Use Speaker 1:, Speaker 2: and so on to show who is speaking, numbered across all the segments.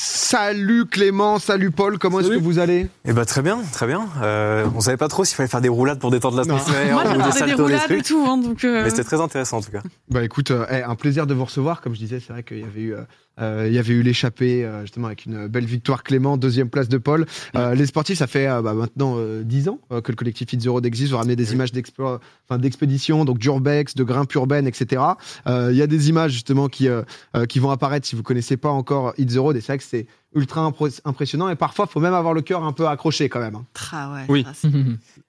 Speaker 1: Salut Clément, salut Paul, comment est-ce que vous allez
Speaker 2: Eh ben très bien, très bien. Euh, on savait pas trop s'il fallait faire des roulades pour détendre
Speaker 1: Non.
Speaker 2: l'atmosphère
Speaker 3: Moi,
Speaker 2: ou des
Speaker 3: j'attendais des
Speaker 2: saltos, des
Speaker 3: roulades et
Speaker 2: trucs.
Speaker 3: tout, hein, donc. euh,
Speaker 2: Mais c'était très intéressant en tout cas.
Speaker 1: Bah écoute, euh, eh, un plaisir de vous recevoir. Comme je disais, c'est vrai qu'il y avait eu, euh, euh, il y avait eu l'échappée euh, justement avec une belle victoire Clément, deuxième place de Paul. Euh, Les sportifs, ça fait euh, bah, maintenant euh, 10 ans euh, que le collectif It's Zero existe. Vous ramenez des images d'explo- enfin, d'expédition, donc d'urbex, de grimpe urbaine, etc. Euh, Il y a des images justement qui, euh, euh, qui vont apparaître si vous connaissez pas encore It's Zero. Et c'est vrai que c'est ultra impro- impressionnant et parfois faut même avoir le cœur un peu accroché quand même. hein.
Speaker 3: Ah ouais.
Speaker 2: Oui.
Speaker 3: Ah, c'est-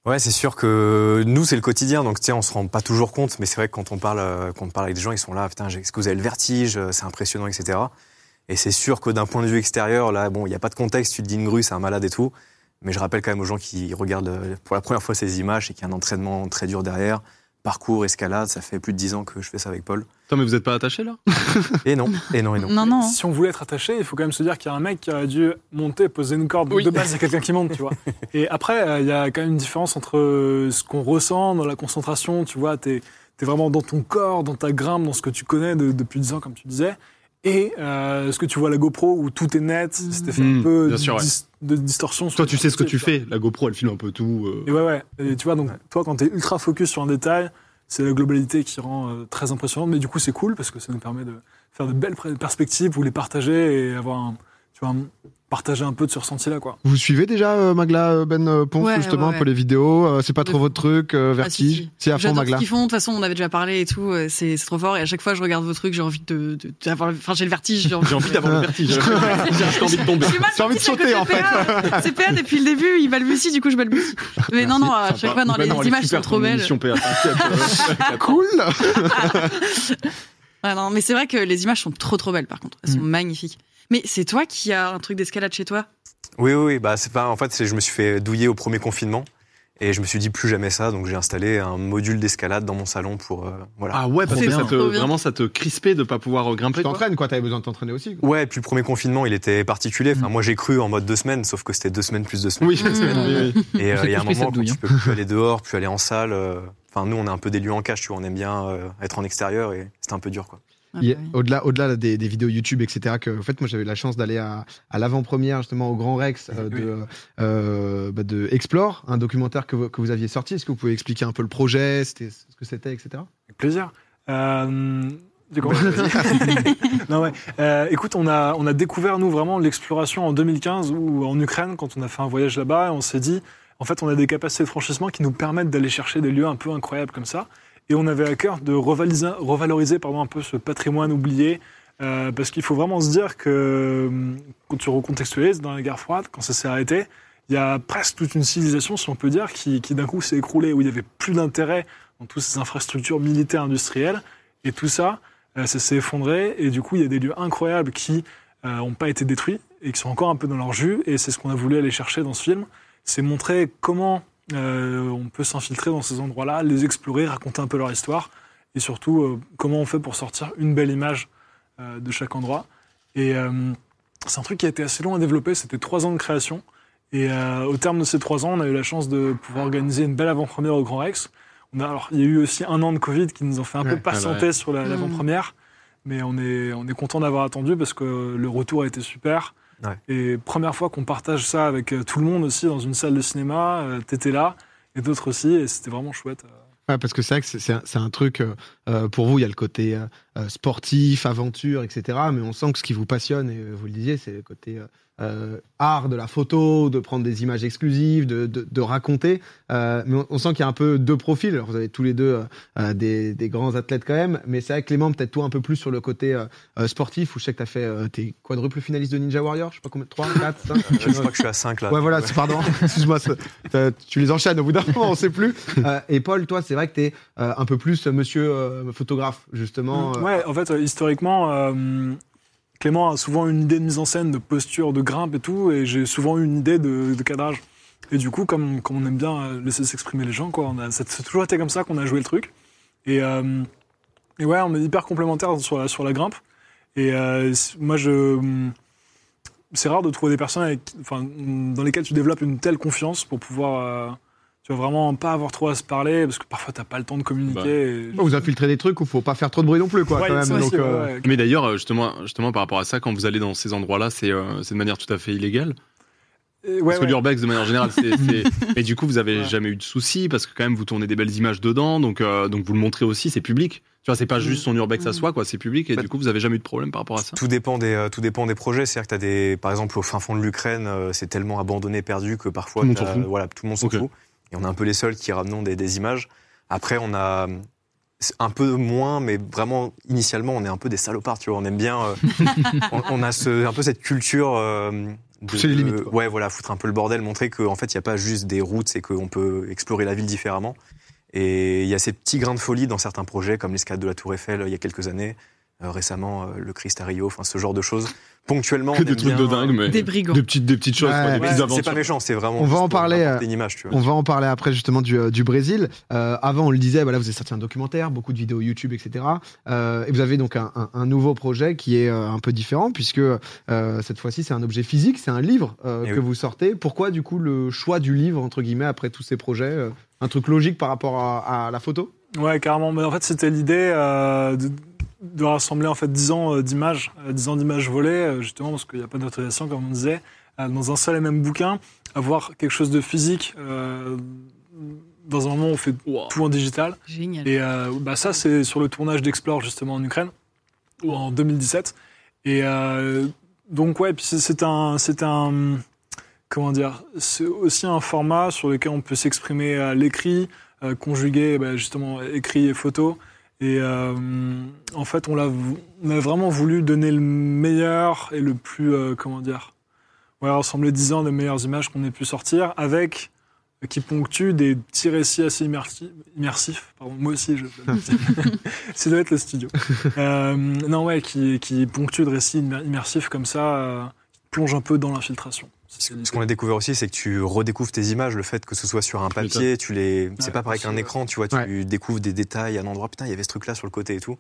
Speaker 2: Ouais, c'est sûr que nous c'est le quotidien, donc tiens, on se rend pas toujours compte, mais c'est vrai que quand on parle, euh, quand on parle avec des gens, ils sont là, putain, j'ai- est-ce que vous avez le vertige, Euh, c'est impressionnant, etc. Et c'est sûr que d'un point de vue extérieur, là, bon, il n'y a pas de contexte, tu te dis une grue, c'est un malade et tout. Mais je rappelle quand même aux gens qui regardent euh, pour la première fois ces images et qu'il y a un entraînement très dur derrière, parcours, escalade, ça fait plus de 10 ans que je fais ça avec Paul.
Speaker 4: Attends, mais vous n'êtes pas attaché là
Speaker 2: Et non, et non, et non.
Speaker 3: Non, non.
Speaker 5: Si on voulait être attaché, il faut quand même se dire qu'il y a un mec qui a dû monter, poser une corde. Donc, De base, il y a quelqu'un qui monte, tu vois. Et après, euh, il y a quand même une différence entre euh, ce qu'on ressent dans la concentration, tu vois. T'es es vraiment dans ton corps, dans ta grimpe, dans ce que tu connais de- depuis 10 ans, comme tu disais. Et euh, ce que tu vois à la GoPro où tout est net, c'était fait
Speaker 4: Mhm,
Speaker 5: un peu
Speaker 4: bien
Speaker 5: de,
Speaker 4: sûr, ouais.
Speaker 5: dis- de distorsion. sur
Speaker 4: Toi,
Speaker 5: le
Speaker 4: tu sais ce que tu
Speaker 5: quartier,
Speaker 4: fais. La GoPro, elle filme un peu tout. euh.
Speaker 5: Et ouais, ouais. Et tu vois, donc, toi, quand t'es ultra focus sur un détail, c'est la globalité qui rend euh, très impressionnante. Mais du coup, c'est cool parce que ça nous permet de faire de belles pr- perspectives ou les partager et avoir un, tu vois, un- partager un peu de ce ressenti-là, quoi.
Speaker 1: Vous suivez déjà euh, Magla euh, Ben euh, Ponce,
Speaker 3: Ouais,
Speaker 1: justement,
Speaker 3: ouais, ouais.
Speaker 1: un peu les vidéos euh, C'est pas
Speaker 3: De
Speaker 1: trop
Speaker 3: fou.
Speaker 1: votre truc, euh,
Speaker 3: Ah, si,
Speaker 1: Vertige
Speaker 3: si.
Speaker 1: C'est à fond,
Speaker 3: J'adore
Speaker 1: Magla
Speaker 3: ce qu'ils font. De toute façon, on avait déjà parlé et tout. euh, C'est c'est trop fort. Et à chaque fois, je regarde vos trucs, j'ai envie de, de- d'avoir. Enfin, j'ai le vertige. J'ai envie,
Speaker 4: J'ai envie d'avoir le vertige. J'ai envie de tomber.
Speaker 3: J'ai mal
Speaker 1: J'ai envie de
Speaker 3: parti,
Speaker 1: sauter,
Speaker 3: c'est à
Speaker 1: en
Speaker 3: côté de PA. C'est PA depuis le début, il balbutie, du coup je balbutie. Mais non, non, à chaque fois, Bah
Speaker 4: Bah
Speaker 3: non, les, les images sont trop belles.
Speaker 4: euh,
Speaker 1: Cool
Speaker 3: Ah, non, mais c'est vrai que les images sont trop trop belles par contre. Elles sont magnifiques. Mais c'est toi qui as un truc d'escalade chez toi
Speaker 2: Oui, oui, oui. Bah, c'est pas. En fait, c'est- je me suis fait douiller au premier confinement et je me suis dit plus jamais ça. Donc, j'ai installé un module d'escalade dans mon salon pour euh, voilà.
Speaker 4: Ah ouais, parce
Speaker 3: C'est
Speaker 4: que ça
Speaker 3: bien.
Speaker 4: te,
Speaker 3: Trop bien.
Speaker 4: vraiment, ça te crispait de pas pouvoir euh,
Speaker 1: Tu
Speaker 4: grimper. quoi.
Speaker 1: t'entraînes, quoi, t'avais besoin de t'entraîner aussi. quoi.
Speaker 2: Ouais, et puis le premier confinement, il était particulier. Enfin, moi, j'ai cru en mode deux semaines, sauf que c'était deux semaines plus deux semaines.
Speaker 4: Oui,
Speaker 3: Mmh.
Speaker 4: oui, oui.
Speaker 2: Et euh,
Speaker 6: On s'est
Speaker 2: il y a un
Speaker 6: tous
Speaker 2: moment
Speaker 6: fait cette
Speaker 2: quand
Speaker 6: douille,
Speaker 2: tu peux plus aller dehors, plus aller en salle. euh, Enfin, nous, on est un peu des lieux en cache, tu vois. On aime bien euh, être en extérieur et c'était un peu dur, quoi.
Speaker 3: Ah,
Speaker 1: Il y a-
Speaker 3: bah oui.
Speaker 1: Au-delà, au-delà des, des vidéos YouTube, etc. Que, en fait, moi, j'avais la chance d'aller à, à l'avant-première justement au Grand Rex euh, de, euh, bah, de Explore, un documentaire que, vous- que vous aviez sorti. Est-ce que vous pouvez expliquer un peu le projet, c'était- ce que c'était, etc.
Speaker 5: Avec plaisir. Euh, j'ai commencé, vas-y. non, ouais. Euh, écoute, on a, on a découvert, nous, vraiment l'exploration en 2015 ou en Ukraine, quand on a fait un voyage là-bas, et on s'est dit, en fait, on a des capacités de franchissement qui nous permettent d'aller chercher des lieux un peu incroyables comme ça. Et on avait à cœur de revaloriser, revaloriser pardon, un peu ce patrimoine oublié, euh, parce qu'il faut vraiment se dire que hum, quand tu recontextualises dans la guerre froide, quand ça s'est arrêté, il y a presque toute une civilisation, si on peut dire, qui, qui d'un coup s'est écroulée, où il n'y avait plus d'intérêt dans toutes ces infrastructures militaires industrielles. Et tout ça, euh, ça s'est effondré. Et du coup, il y a des lieux incroyables qui n'ont pas été détruits et qui sont encore un peu dans leur jus. Et c'est ce qu'on a voulu aller chercher dans ce film. C'est montrer comment euh, on peut s'infiltrer dans ces endroits-là, les explorer, raconter un peu leur histoire. Et surtout, euh, comment on fait pour sortir une belle image euh, de chaque endroit. Et euh, c'est un truc qui a été assez long à développer. C'était trois ans de création. Et euh, au terme de ces trois ans, on a eu la chance de pouvoir organiser une belle avant-première au Grand Rex. On a- alors, il y a eu aussi un an de Covid qui nous ont fait un peu
Speaker 1: Ouais,
Speaker 5: patienter sur la-
Speaker 3: Mm.
Speaker 5: l'avant-première. Mais on est, on est content d'avoir attendu parce que le retour a été super.
Speaker 2: Ouais.
Speaker 5: Et première fois qu'on partage ça avec euh, tout le monde aussi dans une salle de cinéma. euh, T'étais là et d'autres aussi. Et c'était vraiment chouette.
Speaker 1: Ouais, parce que c'est vrai que c'est- c'est un, c'est un truc, euh, euh, pour vous, il y a le côté euh, euh, sportif, aventure, etc. Mais on sent que ce qui vous passionne, et euh, vous le disiez, c'est le côté euh, euh, art de la photo, de prendre des images exclusives, de, de- de raconter. Euh, mais on, on sent qu'il y a un peu deux profils. Alors, vous avez tous les deux euh, euh, des, des grands athlètes quand même. Mais c'est vrai que Clément, peut-être toi un peu plus sur le côté euh, euh, sportif, où je sais que tu as fait euh, tes quadruple finaliste de Ninja Warrior, je sais pas combien, 3, 4, 5
Speaker 2: Euh, je crois que je suis à 5 là.
Speaker 1: Ouais, voilà, c'est- pardon, excuse-moi, c'est- t'as- tu les enchaînes au bout d'un moment, on sait plus. Euh, et Paul, toi, c'est vrai que t'es euh, un peu plus euh, monsieur euh, photographe, justement. euh,
Speaker 5: Ouais, en fait, euh, historiquement, euh, Clément a souvent une idée de mise en scène, de posture, de grimpe et tout, et j'ai souvent eu une idée de, de cadrage. Et du coup, comme, comme on aime bien euh, laisser s'exprimer les gens, quoi, on a, ça a toujours été comme ça qu'on a joué le truc. Et, euh, et ouais, on est hyper complémentaires sur la, sur la grimpe. Et euh, c- moi, je. hum, C'est rare de trouver des personnes avec- enfin, dans lesquelles tu développes une telle confiance pour pouvoir euh, Tu vas vraiment pas avoir trop à se parler parce que parfois t'as pas le temps de
Speaker 4: Bah.
Speaker 5: communiquer. et-
Speaker 1: Vous infiltrez des trucs où faut pas faire trop de bruit non plus, quoi,
Speaker 5: Ouais,
Speaker 1: quand même.
Speaker 5: ça aussi,
Speaker 1: Donc, euh,
Speaker 5: ouais, ouais.
Speaker 4: Mais d'ailleurs, euh, justement, justement, par rapport à ça, quand vous allez dans ces endroits-là, c'est euh, c'est de manière tout à fait illégale.
Speaker 5: Et- ouais,
Speaker 4: parce
Speaker 5: ouais.
Speaker 4: que l'urbex, de manière générale, c'est. c'est- Mais du coup, vous avez
Speaker 5: Ouais.
Speaker 4: jamais eu de soucis parce que quand même, vous tournez des belles images dedans, donc euh, donc vous le montrez aussi, c'est public. Tu vois, c'est pas juste son urbex à
Speaker 3: Mm.
Speaker 4: soi, quoi, c'est public et
Speaker 2: Bah,
Speaker 4: du coup, vous avez jamais eu de problème par rapport à ça.
Speaker 2: Tout dépend des, euh, tout dépend des projets. C'est-à-dire que t'as des, par exemple, au fin fond de l'Ukraine, euh, c'est tellement abandonné, perdu que parfois,
Speaker 4: Tout le monde
Speaker 2: t'as-
Speaker 4: s'en fout.
Speaker 2: voilà, tout le monde s'en
Speaker 4: Ok.
Speaker 2: fout. Et on est un peu les seuls qui ramenons des, des images. Après, on a euh, un peu moins, mais vraiment, initialement, on est un peu des salopards, tu vois. On aime bien, euh, on, on a ce- un peu cette culture. euh, de-
Speaker 1: Pousser les limites,
Speaker 2: de-
Speaker 1: quoi.
Speaker 2: ouais, voilà, foutre un peu le bordel, montrer qu'en en fait, il n'y a pas juste des routes, c'est qu'on peut explorer la ville différemment. Et il y a ces petits grains de folie dans certains projets, comme l'escalade de la Tour Eiffel euh, il y a quelques années, euh, récemment euh, le Christ à Rio, enfin ce genre de choses. Ponctuellement, on
Speaker 4: Que des
Speaker 2: aime
Speaker 4: trucs
Speaker 2: bien-
Speaker 4: de dingue, mais.
Speaker 3: Des brigands.
Speaker 4: Des petites, des petites choses,
Speaker 1: Ouais.
Speaker 4: quoi, des
Speaker 2: Ouais,
Speaker 4: petites
Speaker 2: c'est
Speaker 4: aventures.
Speaker 2: pas méchant, c'est vraiment.
Speaker 1: On va
Speaker 2: juste
Speaker 1: en
Speaker 2: pour
Speaker 1: parler,
Speaker 2: apporter
Speaker 1: euh,
Speaker 2: Une image, tu vois.
Speaker 1: On va en parler après justement du, euh, du Brésil. Euh, avant, on le disait, voilà, vous avez sorti un documentaire, beaucoup de vidéos YouTube, etc. Euh, et vous avez donc un, un- un nouveau projet qui est euh, un peu différent puisque euh, cette fois-ci, c'est un objet physique, c'est un livre euh,
Speaker 2: Eh
Speaker 1: que
Speaker 2: oui.
Speaker 1: vous sortez. Pourquoi du coup le choix du livre entre guillemets après tous ces projets euh, Un truc logique par rapport à, à la photo
Speaker 5: Ouais, carrément. Mais en fait, c'était l'idée euh, de, de rassembler en fait 10 ans euh, d'images, euh, 10 ans d'images volées, euh, justement parce qu'il n'y a pas d'autorisation, comme on disait, euh, dans un seul et même bouquin, avoir quelque chose de physique. euh, dans un moment, où on fait
Speaker 4: Wow.
Speaker 5: tout en digital.
Speaker 3: Génial.
Speaker 5: Et euh, bah, ça, c'est sur le tournage d'Explore, justement, en Ukraine, en 2017. Et euh, donc, ouais, puis c'est- c'est un. C'est un comment dire C'est aussi un format sur lequel on peut s'exprimer à l'écrit, euh, conjuguer bah, justement écrit et photo. Et euh, en fait, on, l'a vou- on a vraiment voulu donner le meilleur et le plus. euh, comment dire Ouais, rassembler 10 ans des meilleures images qu'on ait pu sortir avec euh, qui ponctue des petits récits assez immersi- immersifs. Pardon, moi aussi, je. Ça doit être le studio. Euh, non, ouais, qui, qui ponctue de récits immer- immersifs comme ça, euh, qui te plonge un peu dans l'infiltration. C'est
Speaker 2: Ce qu'on a découvert aussi, c'est que tu redécouvres tes images, le fait que ce soit sur un papier, tu les, c'est
Speaker 5: Ouais,
Speaker 2: pas pareil
Speaker 5: parce
Speaker 2: qu'un
Speaker 5: que-
Speaker 2: écran, tu vois, tu
Speaker 1: Ouais.
Speaker 2: découvres des détails à un endroit, putain, il y avait ce truc-là sur le côté et tout.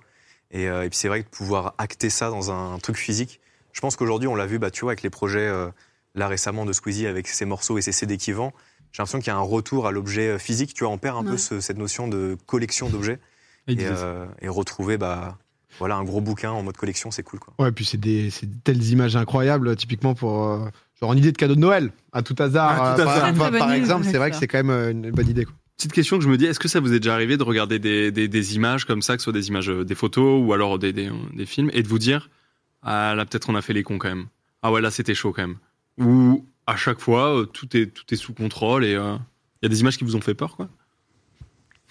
Speaker 2: Et, euh, et puis c'est vrai que pouvoir acter ça dans un truc physique, je pense qu'aujourd'hui, on l'a vu, bah, tu vois, avec les projets, euh, là récemment de Squeezie avec ses morceaux et ses CD qui vend, j'ai l'impression qu'il y a un retour à l'objet euh, physique, tu vois, on perd un peu
Speaker 3: Ouais.
Speaker 2: ce- cette notion de collection d'objets
Speaker 4: Il
Speaker 2: et,
Speaker 4: disait ça.
Speaker 2: euh, et retrouver, bah, voilà, un gros bouquin en mode collection, c'est cool, quoi.
Speaker 1: Ouais, puis c'est des c'est des telles images incroyables, typiquement pour euh, genre une idée de cadeau de Noël à tout hasard.
Speaker 4: Ah, tout
Speaker 1: euh, par-
Speaker 4: hasard.
Speaker 1: par-
Speaker 3: Très bonne
Speaker 1: par
Speaker 3: idée,
Speaker 1: exemple, c'est
Speaker 3: ouais,
Speaker 1: vrai que
Speaker 3: ça.
Speaker 1: c'est quand même euh, une bonne idée. quoi.
Speaker 4: Petite question que je me dis, est-ce que ça vous est déjà arrivé de regarder des, des, des images comme ça, que ce soit des images, euh, des photos ou alors des, des, euh, des films, et de vous dire, ah là peut-être on a fait les cons quand même. Ah ouais là c'était chaud quand même. Ou à chaque fois euh, tout est tout est sous contrôle et euh, il y a des images qui vous ont fait peur quoi.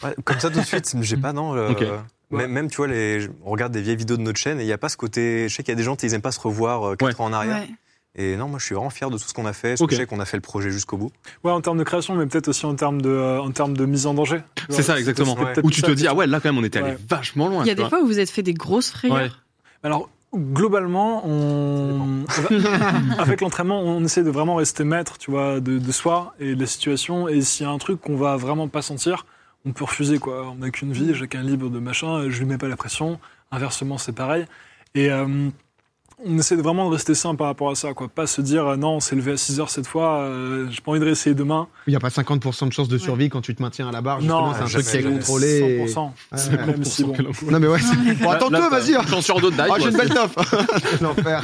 Speaker 2: Ouais, comme ça tout de suite, j'ai pas non. euh,
Speaker 4: Ok.
Speaker 2: Même, même, tu vois, les, je- on regarde des vieilles vidéos de notre chaîne et il n'y a pas ce côté. Je sais qu'il y a des gens qui n'aiment pas se revoir euh, quatre ans en arrière.
Speaker 3: Ouais.
Speaker 2: Et non, moi je suis vraiment fier de tout ce qu'on a fait. Je
Speaker 4: Ok.
Speaker 2: sais qu'on a fait le projet jusqu'au bout.
Speaker 5: Ouais, en termes de création, mais peut-être aussi en termes de, euh, en termes de mise en danger. Tu vois,
Speaker 4: C'est ça exactement.
Speaker 5: c'était
Speaker 2: ouais.
Speaker 5: peut-être
Speaker 4: Où tu
Speaker 5: ça
Speaker 4: te
Speaker 5: le
Speaker 4: dis ah ouais là quand même on était allé
Speaker 5: Ouais.
Speaker 4: vachement loin.
Speaker 3: Il y a
Speaker 4: tu
Speaker 3: des
Speaker 4: vois.
Speaker 3: fois où vous êtes fait des grosses frayeurs.
Speaker 4: Ouais.
Speaker 5: Alors, globalement, on... on va- avec l'entraînement, on essaie de vraiment rester maître, tu vois, de, de soi et de la situation. Et s'il y a un truc qu'on va vraiment pas sentir, on peut refuser, quoi. On n'a qu'une vie, chacun est libre de machin, je lui mets pas la pression. Inversement, c'est pareil. Et euh, on essaie de vraiment de rester sain par rapport à ça, quoi. Pas se dire, euh, non, on s'est levé à 6 heures cette fois, euh, j'ai pas envie de réessayer demain.
Speaker 1: Il n'y a pas 50% de chance de survie quand tu te maintiens à la barre. Ah, Justement, c'est un
Speaker 2: jamais,
Speaker 1: truc qui est
Speaker 2: jamais.
Speaker 1: contrôlé. et-
Speaker 5: 100%.
Speaker 1: Ouais,
Speaker 5: C'est
Speaker 1: ouais.
Speaker 5: même si bon.
Speaker 1: Non mais ouais. c'est- Bon, attends
Speaker 4: Là,
Speaker 1: toi,
Speaker 4: t'as
Speaker 1: vas-y.
Speaker 4: une chance sur deux de die,
Speaker 1: Ah, j'ai
Speaker 4: quoi,
Speaker 1: une belle taf. L'enfer.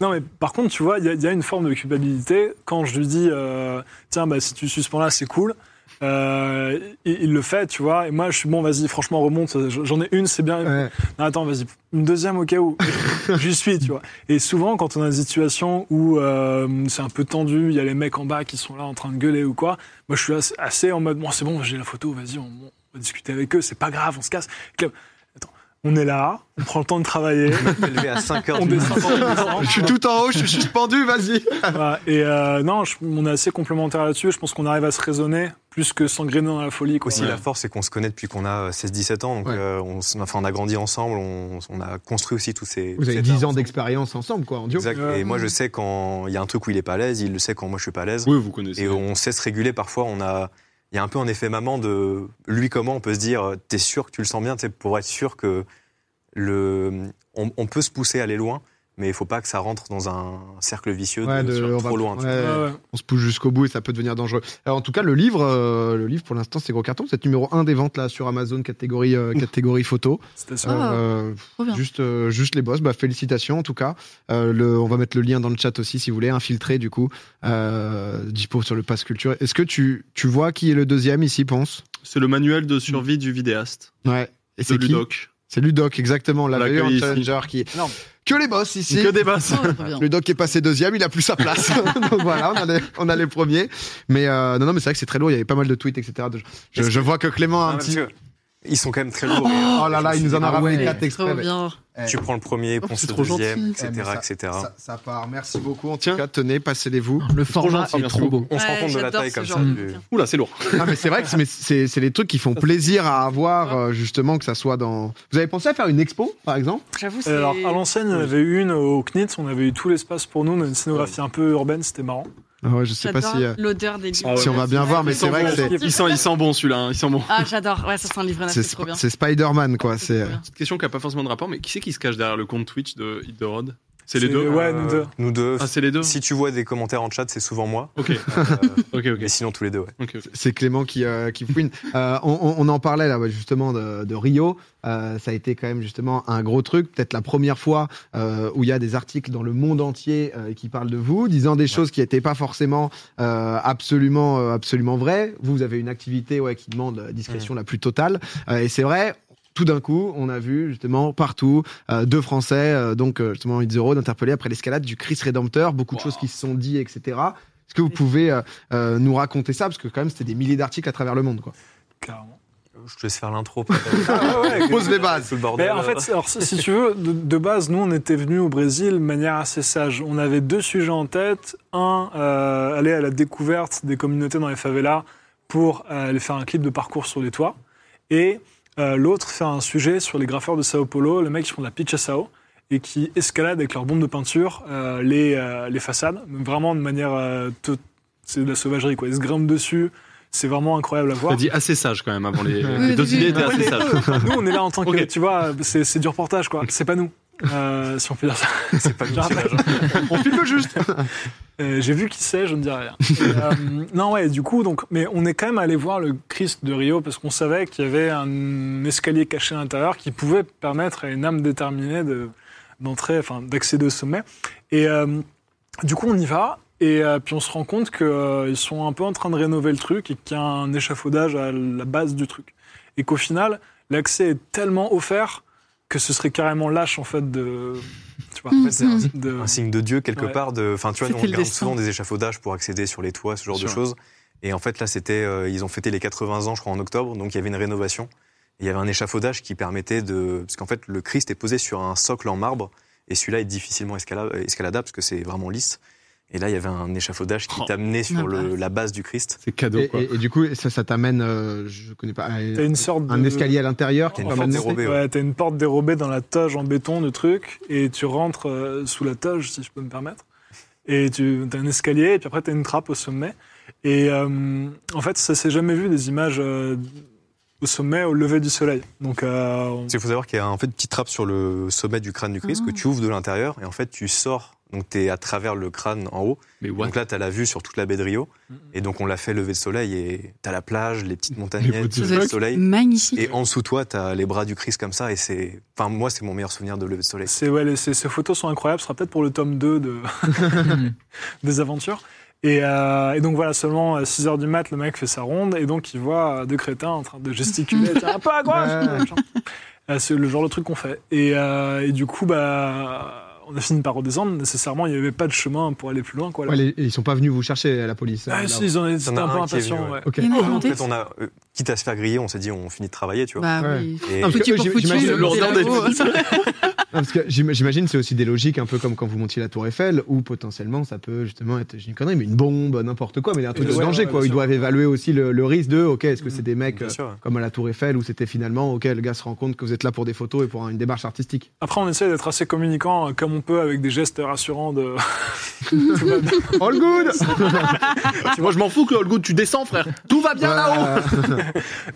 Speaker 5: Non, mais par contre, tu vois, il y, a- il y a une forme de culpabilité. Quand je lui dis, euh, tiens, bah, si tu suspends là, c'est cool. Euh, il, il le fait, tu vois. Et moi, je suis bon, vas-y, franchement, remonte. J'en ai une, c'est bien.
Speaker 1: Ouais.
Speaker 5: Non, attends, vas-y, une deuxième au cas où. J'y suis, tu vois. Et souvent, quand on a une situation où euh, c'est un peu tendu, il y a les mecs en bas qui sont là en train de gueuler ou quoi, moi je suis assez, assez en mode, bon, c'est bon, j'ai la photo, vas-y, on, on va discuter avec eux, c'est pas grave, on se casse. Comme, Attends, on est là, on prend le temps de travailler,
Speaker 2: On s'est levé à 5 heures
Speaker 5: on
Speaker 2: du matin.
Speaker 5: descend.
Speaker 1: Je suis tout en haut, je suis suspendu, vas-y.
Speaker 5: Voilà. Et euh, non, je- on est assez complémentaires là-dessus. Je pense qu'on arrive à se raisonner plus que s'engrainer dans la folie. Quoi.
Speaker 2: Aussi,
Speaker 4: Ouais.
Speaker 2: la force, c'est qu'on se connaît depuis qu'on a euh, 16-17 ans. Donc,
Speaker 1: Ouais.
Speaker 2: euh, on, s- enfin, on a grandi ensemble, on, on a construit aussi tous ces.
Speaker 1: Vous
Speaker 2: tous
Speaker 1: avez
Speaker 2: ces
Speaker 1: 10
Speaker 2: arts
Speaker 1: ans
Speaker 2: ensemble.
Speaker 1: d'expérience ensemble, quoi, en duo.
Speaker 2: Exact.
Speaker 5: Ouais.
Speaker 2: Et moi, je sais quand il y a un truc où il est pas à l'aise, il le sait quand moi je suis pas à l'aise.
Speaker 4: Oui vous connaissez.
Speaker 2: Et oh. on sait se réguler parfois. On a, il y a un peu un effet maman de lui comment on peut se dire, t'es sûr que tu le sens bien, tu sais, pour être sûr que le, on, on peut se pousser à aller loin, mais il faut pas que ça rentre dans un cercle vicieux
Speaker 1: Ouais,
Speaker 2: de,
Speaker 1: de-
Speaker 2: sur-
Speaker 1: on va-
Speaker 2: trop loin. tu vois.
Speaker 1: ouais,
Speaker 5: Ouais, ouais.
Speaker 1: on se pousse jusqu'au bout et ça peut devenir dangereux. Alors, en tout cas, le livre, euh, le livre pour l'instant, c'est gros carton. C'est numéro 1 des ventes là sur Amazon catégorie euh, catégorie photo.
Speaker 5: C'était sûr.
Speaker 3: Ah.
Speaker 1: Euh,
Speaker 3: Trop bien.
Speaker 1: juste euh, juste les boss. Bah, félicitations en tout cas. Euh, le, on va mettre le lien dans le chat aussi si vous voulez infiltrer du coup. Euh, Dipo sur le pass culture. Est-ce que tu tu vois qui est le deuxième ici, pense
Speaker 4: C'est le manuel de survie du vidéaste.
Speaker 1: Ouais. Et
Speaker 4: De
Speaker 1: c'est qui
Speaker 4: Ludoc.
Speaker 1: C'est Ludoc, exactement. La
Speaker 4: On l'accueille
Speaker 1: meilleure
Speaker 4: ici.
Speaker 1: challenger qui.
Speaker 5: Énorme.
Speaker 1: Que les boss ici.
Speaker 4: Que des basses.
Speaker 3: Oh, trop bien.
Speaker 1: Le doc est passé deuxième, il a plus sa place. Donc voilà, on a les, on a les premiers. Mais euh, non, non, mais c'est vrai que c'est très lourd. Il y avait pas mal de tweets, etc. De- je, je vois que Clément a
Speaker 2: Ah,
Speaker 1: un
Speaker 2: parce
Speaker 1: petit.
Speaker 2: que ils sont quand même très lourds.
Speaker 1: Oh, là là, il nous en a
Speaker 2: Ah
Speaker 1: ramené
Speaker 2: ouais.
Speaker 1: quatre
Speaker 3: Trop
Speaker 1: exprès. mais-
Speaker 3: bien.
Speaker 1: Eh,
Speaker 2: ah, Tu prends le premier,
Speaker 4: Oh,
Speaker 2: pense
Speaker 4: c'est
Speaker 2: le
Speaker 4: trop
Speaker 2: deuxième,
Speaker 4: gentil.
Speaker 2: etc.
Speaker 1: Eh, mais ça-
Speaker 2: etc.
Speaker 1: Ça, ça part. Merci beaucoup. En tout
Speaker 4: Tiens.
Speaker 1: cas, tenez, passez-les-vous.
Speaker 6: Le format
Speaker 4: gentil,
Speaker 6: est
Speaker 4: merci
Speaker 6: trop
Speaker 4: beaucoup.
Speaker 6: beau.
Speaker 2: On se
Speaker 3: Ouais,
Speaker 2: rend compte de la
Speaker 3: j'adore
Speaker 2: taille
Speaker 3: ce
Speaker 2: comme ça.
Speaker 3: genre de
Speaker 2: du-
Speaker 3: bouquin.
Speaker 4: Oula, c'est lourd.
Speaker 1: Ah, mais c'est vrai que c'est- mais c'est c'est les trucs qui font plaisir à avoir, euh, justement, que ça soit dans. Vous avez pensé à faire une expo, par exemple
Speaker 3: J'avoue, Ah, c'est.
Speaker 5: Alors, à l'ancienne, il y en avait eu une au CNITS, on avait eu tout l'espace pour nous, on a une scénographie un peu urbaine, c'était marrant.
Speaker 1: Ah ouais, je sais pas
Speaker 3: J'adore
Speaker 1: si. euh,
Speaker 3: l'odeur des livres.
Speaker 4: Ah ouais.
Speaker 1: Si on va bien voir, mais
Speaker 4: Il sent
Speaker 1: c'est vrai que
Speaker 4: bon.
Speaker 1: c'est-
Speaker 4: Il sent, il sent bon celui-là, hein. il sent bon.
Speaker 3: Ah, j'adore. Ouais, ça sent le livre
Speaker 1: c'est
Speaker 3: natif, c'est trop
Speaker 1: Sp-
Speaker 3: bien.
Speaker 1: c'est Spider-Man, quoi. C'est.
Speaker 3: trop bien.
Speaker 4: Petite question qui n'a pas forcément de rapport, mais qui c'est qui se cache derrière le compte Twitch de Hit the Road C'est les
Speaker 5: C'est-
Speaker 4: deux
Speaker 5: ouais. nous deux.
Speaker 2: Euh, Nous deux.
Speaker 4: Ah, c'est les deux
Speaker 2: Si tu vois des commentaires en chat, c'est souvent moi.
Speaker 4: Ok,
Speaker 2: Euh,
Speaker 4: ok, ok.
Speaker 2: mais sinon, tous les deux, ouais.
Speaker 4: ok, ok.
Speaker 1: C'est Clément qui, euh, qui fouine. Euh, on, on- on en parlait là ouais, justement de, de Rio. Euh, ça a été quand même justement un gros truc. Peut-être la première fois euh, où il y a des articles dans le monde entier euh, qui parlent de vous, disant des choses qui n'étaient pas forcément euh, absolument, euh, absolument vraies. Vous, vous avez une activité ouais, qui demande la discrétion
Speaker 5: Mm.
Speaker 1: la plus totale. Euh, et c'est vrai. Tout d'un coup, on a vu justement partout euh, deux Français, euh, donc euh, justement Itzero, d'interpeller après l'escalade du Christ Rédempteur, beaucoup de
Speaker 4: Wow.
Speaker 1: choses qui se sont dites, etc. Est-ce que vous pouvez euh, euh, nous raconter ça Parce que quand même, c'était des milliers d'articles à travers le monde. Quoi.
Speaker 5: Carrément.
Speaker 2: Je te laisse faire l'intro.
Speaker 1: Pose les bases.
Speaker 2: Tout le bordel.
Speaker 5: Mais en fait, alors, si si tu veux, de, de base, nous, on était venus au Brésil de manière assez sage. On avait deux sujets en tête. Un, euh, aller à la découverte des communautés dans les favelas pour euh, aller faire un clip de parcours sur les toits. Et euh, l'autre, faire un sujet sur les graffeurs de Sao Paulo, les mecs qui font de la pitch à Sao et qui escaladent avec leurs bombes de peinture euh, les, euh, les façades, mais vraiment de manière... euh, to- c'est de la sauvagerie, quoi. Ils se grimpent dessus. C'est vraiment incroyable à voir.
Speaker 4: T'as dit assez sage quand même avant les, les
Speaker 3: oui,
Speaker 4: deux
Speaker 3: oui.
Speaker 4: idées étaient
Speaker 5: Ouais,
Speaker 4: assez
Speaker 5: mais
Speaker 4: sages.
Speaker 5: eux, Nous, on est là en tant que,
Speaker 4: Ok.
Speaker 5: tu vois, c'est c'est du reportage, quoi. C'est pas nous. Euh, si on peut dire ça. C'est pas nous.
Speaker 1: On filme juste
Speaker 5: Euh, J'ai vu qui c'est, je ne dis rien. Et, euh, non, ouais, du coup, donc, mais on est quand même allé voir le Christ de Rio parce qu'on savait qu'il y avait un escalier caché à l'intérieur qui pouvait permettre à une âme déterminée de d'entrer, enfin, d'accéder au sommet. Et euh, du coup, on y va. Et euh, puis on se rend compte qu'ils sont un peu en train de rénover le truc et qu'il y a un échafaudage à la base du truc. Et qu'au final, l'accès est tellement offert que ce serait carrément lâche en fait de. Tu vois,
Speaker 2: En fait, c'est un-
Speaker 5: de-
Speaker 2: un signe de Dieu quelque
Speaker 5: Ouais.
Speaker 2: part. De, enfin, tu vois, nous, on
Speaker 3: C'était le
Speaker 2: regarde
Speaker 3: destin.
Speaker 2: souvent des échafaudages pour accéder sur les toits, ce genre de
Speaker 4: Sûr.
Speaker 2: choses. Et en fait, là, c'était, euh, ils ont fêté les 80 ans, je crois, en octobre. Donc, il y avait une rénovation. Et il y avait un échafaudage qui permettait de, parce qu'en fait, le Christ est posé sur un socle en marbre, et celui-là est difficilement escala- euh, escaladable parce que c'est vraiment lisse. Et là, il y avait un échafaudage qui
Speaker 4: Oh,
Speaker 2: t'amenait sur
Speaker 3: la
Speaker 2: le- la base du Christ.
Speaker 4: C'est cadeau
Speaker 1: et,
Speaker 4: quoi.
Speaker 1: et- et du coup, ça, ça t'amène, euh, je connais pas, à-
Speaker 5: T'as une sorte de.
Speaker 1: un escalier à l'intérieur
Speaker 2: T'as
Speaker 1: qui
Speaker 2: une
Speaker 1: te
Speaker 2: porte
Speaker 1: permet de monter.
Speaker 2: dérobée, ouais.
Speaker 5: Ouais, t'as une porte dérobée dans la toge en béton, le truc, et tu rentres euh, sous la toge, si je peux me permettre. Et tu as un escalier, et puis après, t'as une trappe au sommet. Et euh, en fait, ça s'est jamais vu des images euh, au sommet, au lever du soleil. Donc, euh, on-
Speaker 2: Parce qu'il faut savoir qu'il y a un, en fait une petite trappe sur le sommet du crâne du Christ
Speaker 1: Ah.
Speaker 2: que tu ouvres de l'intérieur, et en fait, tu sors. Donc, tu es à travers le crâne en haut.
Speaker 4: Mais what
Speaker 2: Donc là, tu as la vue sur toute la baie de Rio. Et donc, on l'a fait lever le soleil et tu as la plage, les petites montagnettes,
Speaker 4: what the
Speaker 2: le lever de
Speaker 4: fuck
Speaker 2: soleil.
Speaker 3: Magnifique.
Speaker 2: Et en dessous de toi, tu as les bras du Christ comme ça. Et c'est. Enfin, moi, c'est mon meilleur souvenir de lever de soleil.
Speaker 5: C'est, ouais, les- ces, ces photos sont incroyables. Ce sera peut-être pour le tome 2 de... des aventures. Et, euh, et donc voilà, seulement à 6 heures du mat, le mec fait sa ronde et donc il voit euh, deux crétins en train de gesticuler. Tiens, un peu à gauche
Speaker 1: Ouais.
Speaker 5: machin. Euh, C'est le genre de truc qu'on fait. Et, euh, et du coup, bah, on a fini par redescendre. Nécessairement, il n'y avait pas de chemin pour aller plus loin. Quoi, là.
Speaker 1: Ouais, les- ils sont pas venus vous chercher la police. euh,
Speaker 5: Ah,
Speaker 1: là-haut.
Speaker 5: si, ils en étaient
Speaker 2: T'en as
Speaker 5: un peu
Speaker 2: un qui est venu,
Speaker 5: impatients.
Speaker 2: ouais.
Speaker 5: ouais.
Speaker 1: Ok.
Speaker 3: Il y en a
Speaker 1: Ah,
Speaker 3: qui
Speaker 2: En
Speaker 3: montent.
Speaker 2: fait, on a, euh, quitte à se faire griller, on s'est dit, on finit de travailler, tu vois.
Speaker 3: Bah
Speaker 1: Ouais.
Speaker 3: oui.
Speaker 2: Et-
Speaker 1: parce que
Speaker 3: Foutu
Speaker 1: eux,
Speaker 3: pour
Speaker 1: j'im-
Speaker 3: foutu,
Speaker 1: j'imagine-
Speaker 3: c'est
Speaker 4: L'ordre des
Speaker 3: là-haut.
Speaker 1: Non, parce que j'im- j'imagine c'est aussi des logiques un peu comme quand vous montiez la Tour Eiffel où potentiellement ça peut justement être j'ai une connerie mais une bombe n'importe quoi mais un truc de
Speaker 5: Ouais,
Speaker 1: danger
Speaker 5: ouais,
Speaker 1: quoi
Speaker 5: bien
Speaker 1: ils
Speaker 5: sûr.
Speaker 1: doivent évaluer aussi le, le risque de ok est-ce que
Speaker 5: Mm.
Speaker 1: c'est des mecs
Speaker 2: Bien
Speaker 1: euh,
Speaker 2: sûr, ouais.
Speaker 1: comme à la Tour Eiffel où c'était finalement ok le gars se rend compte que vous êtes là pour des photos et pour un- une démarche artistique
Speaker 5: Après, on essaie d'être assez communicant euh, comme on peut avec des gestes rassurants de.
Speaker 1: all good
Speaker 4: Moi je m'en fous que le Good, tu descends frère. Tout va
Speaker 1: Ouais.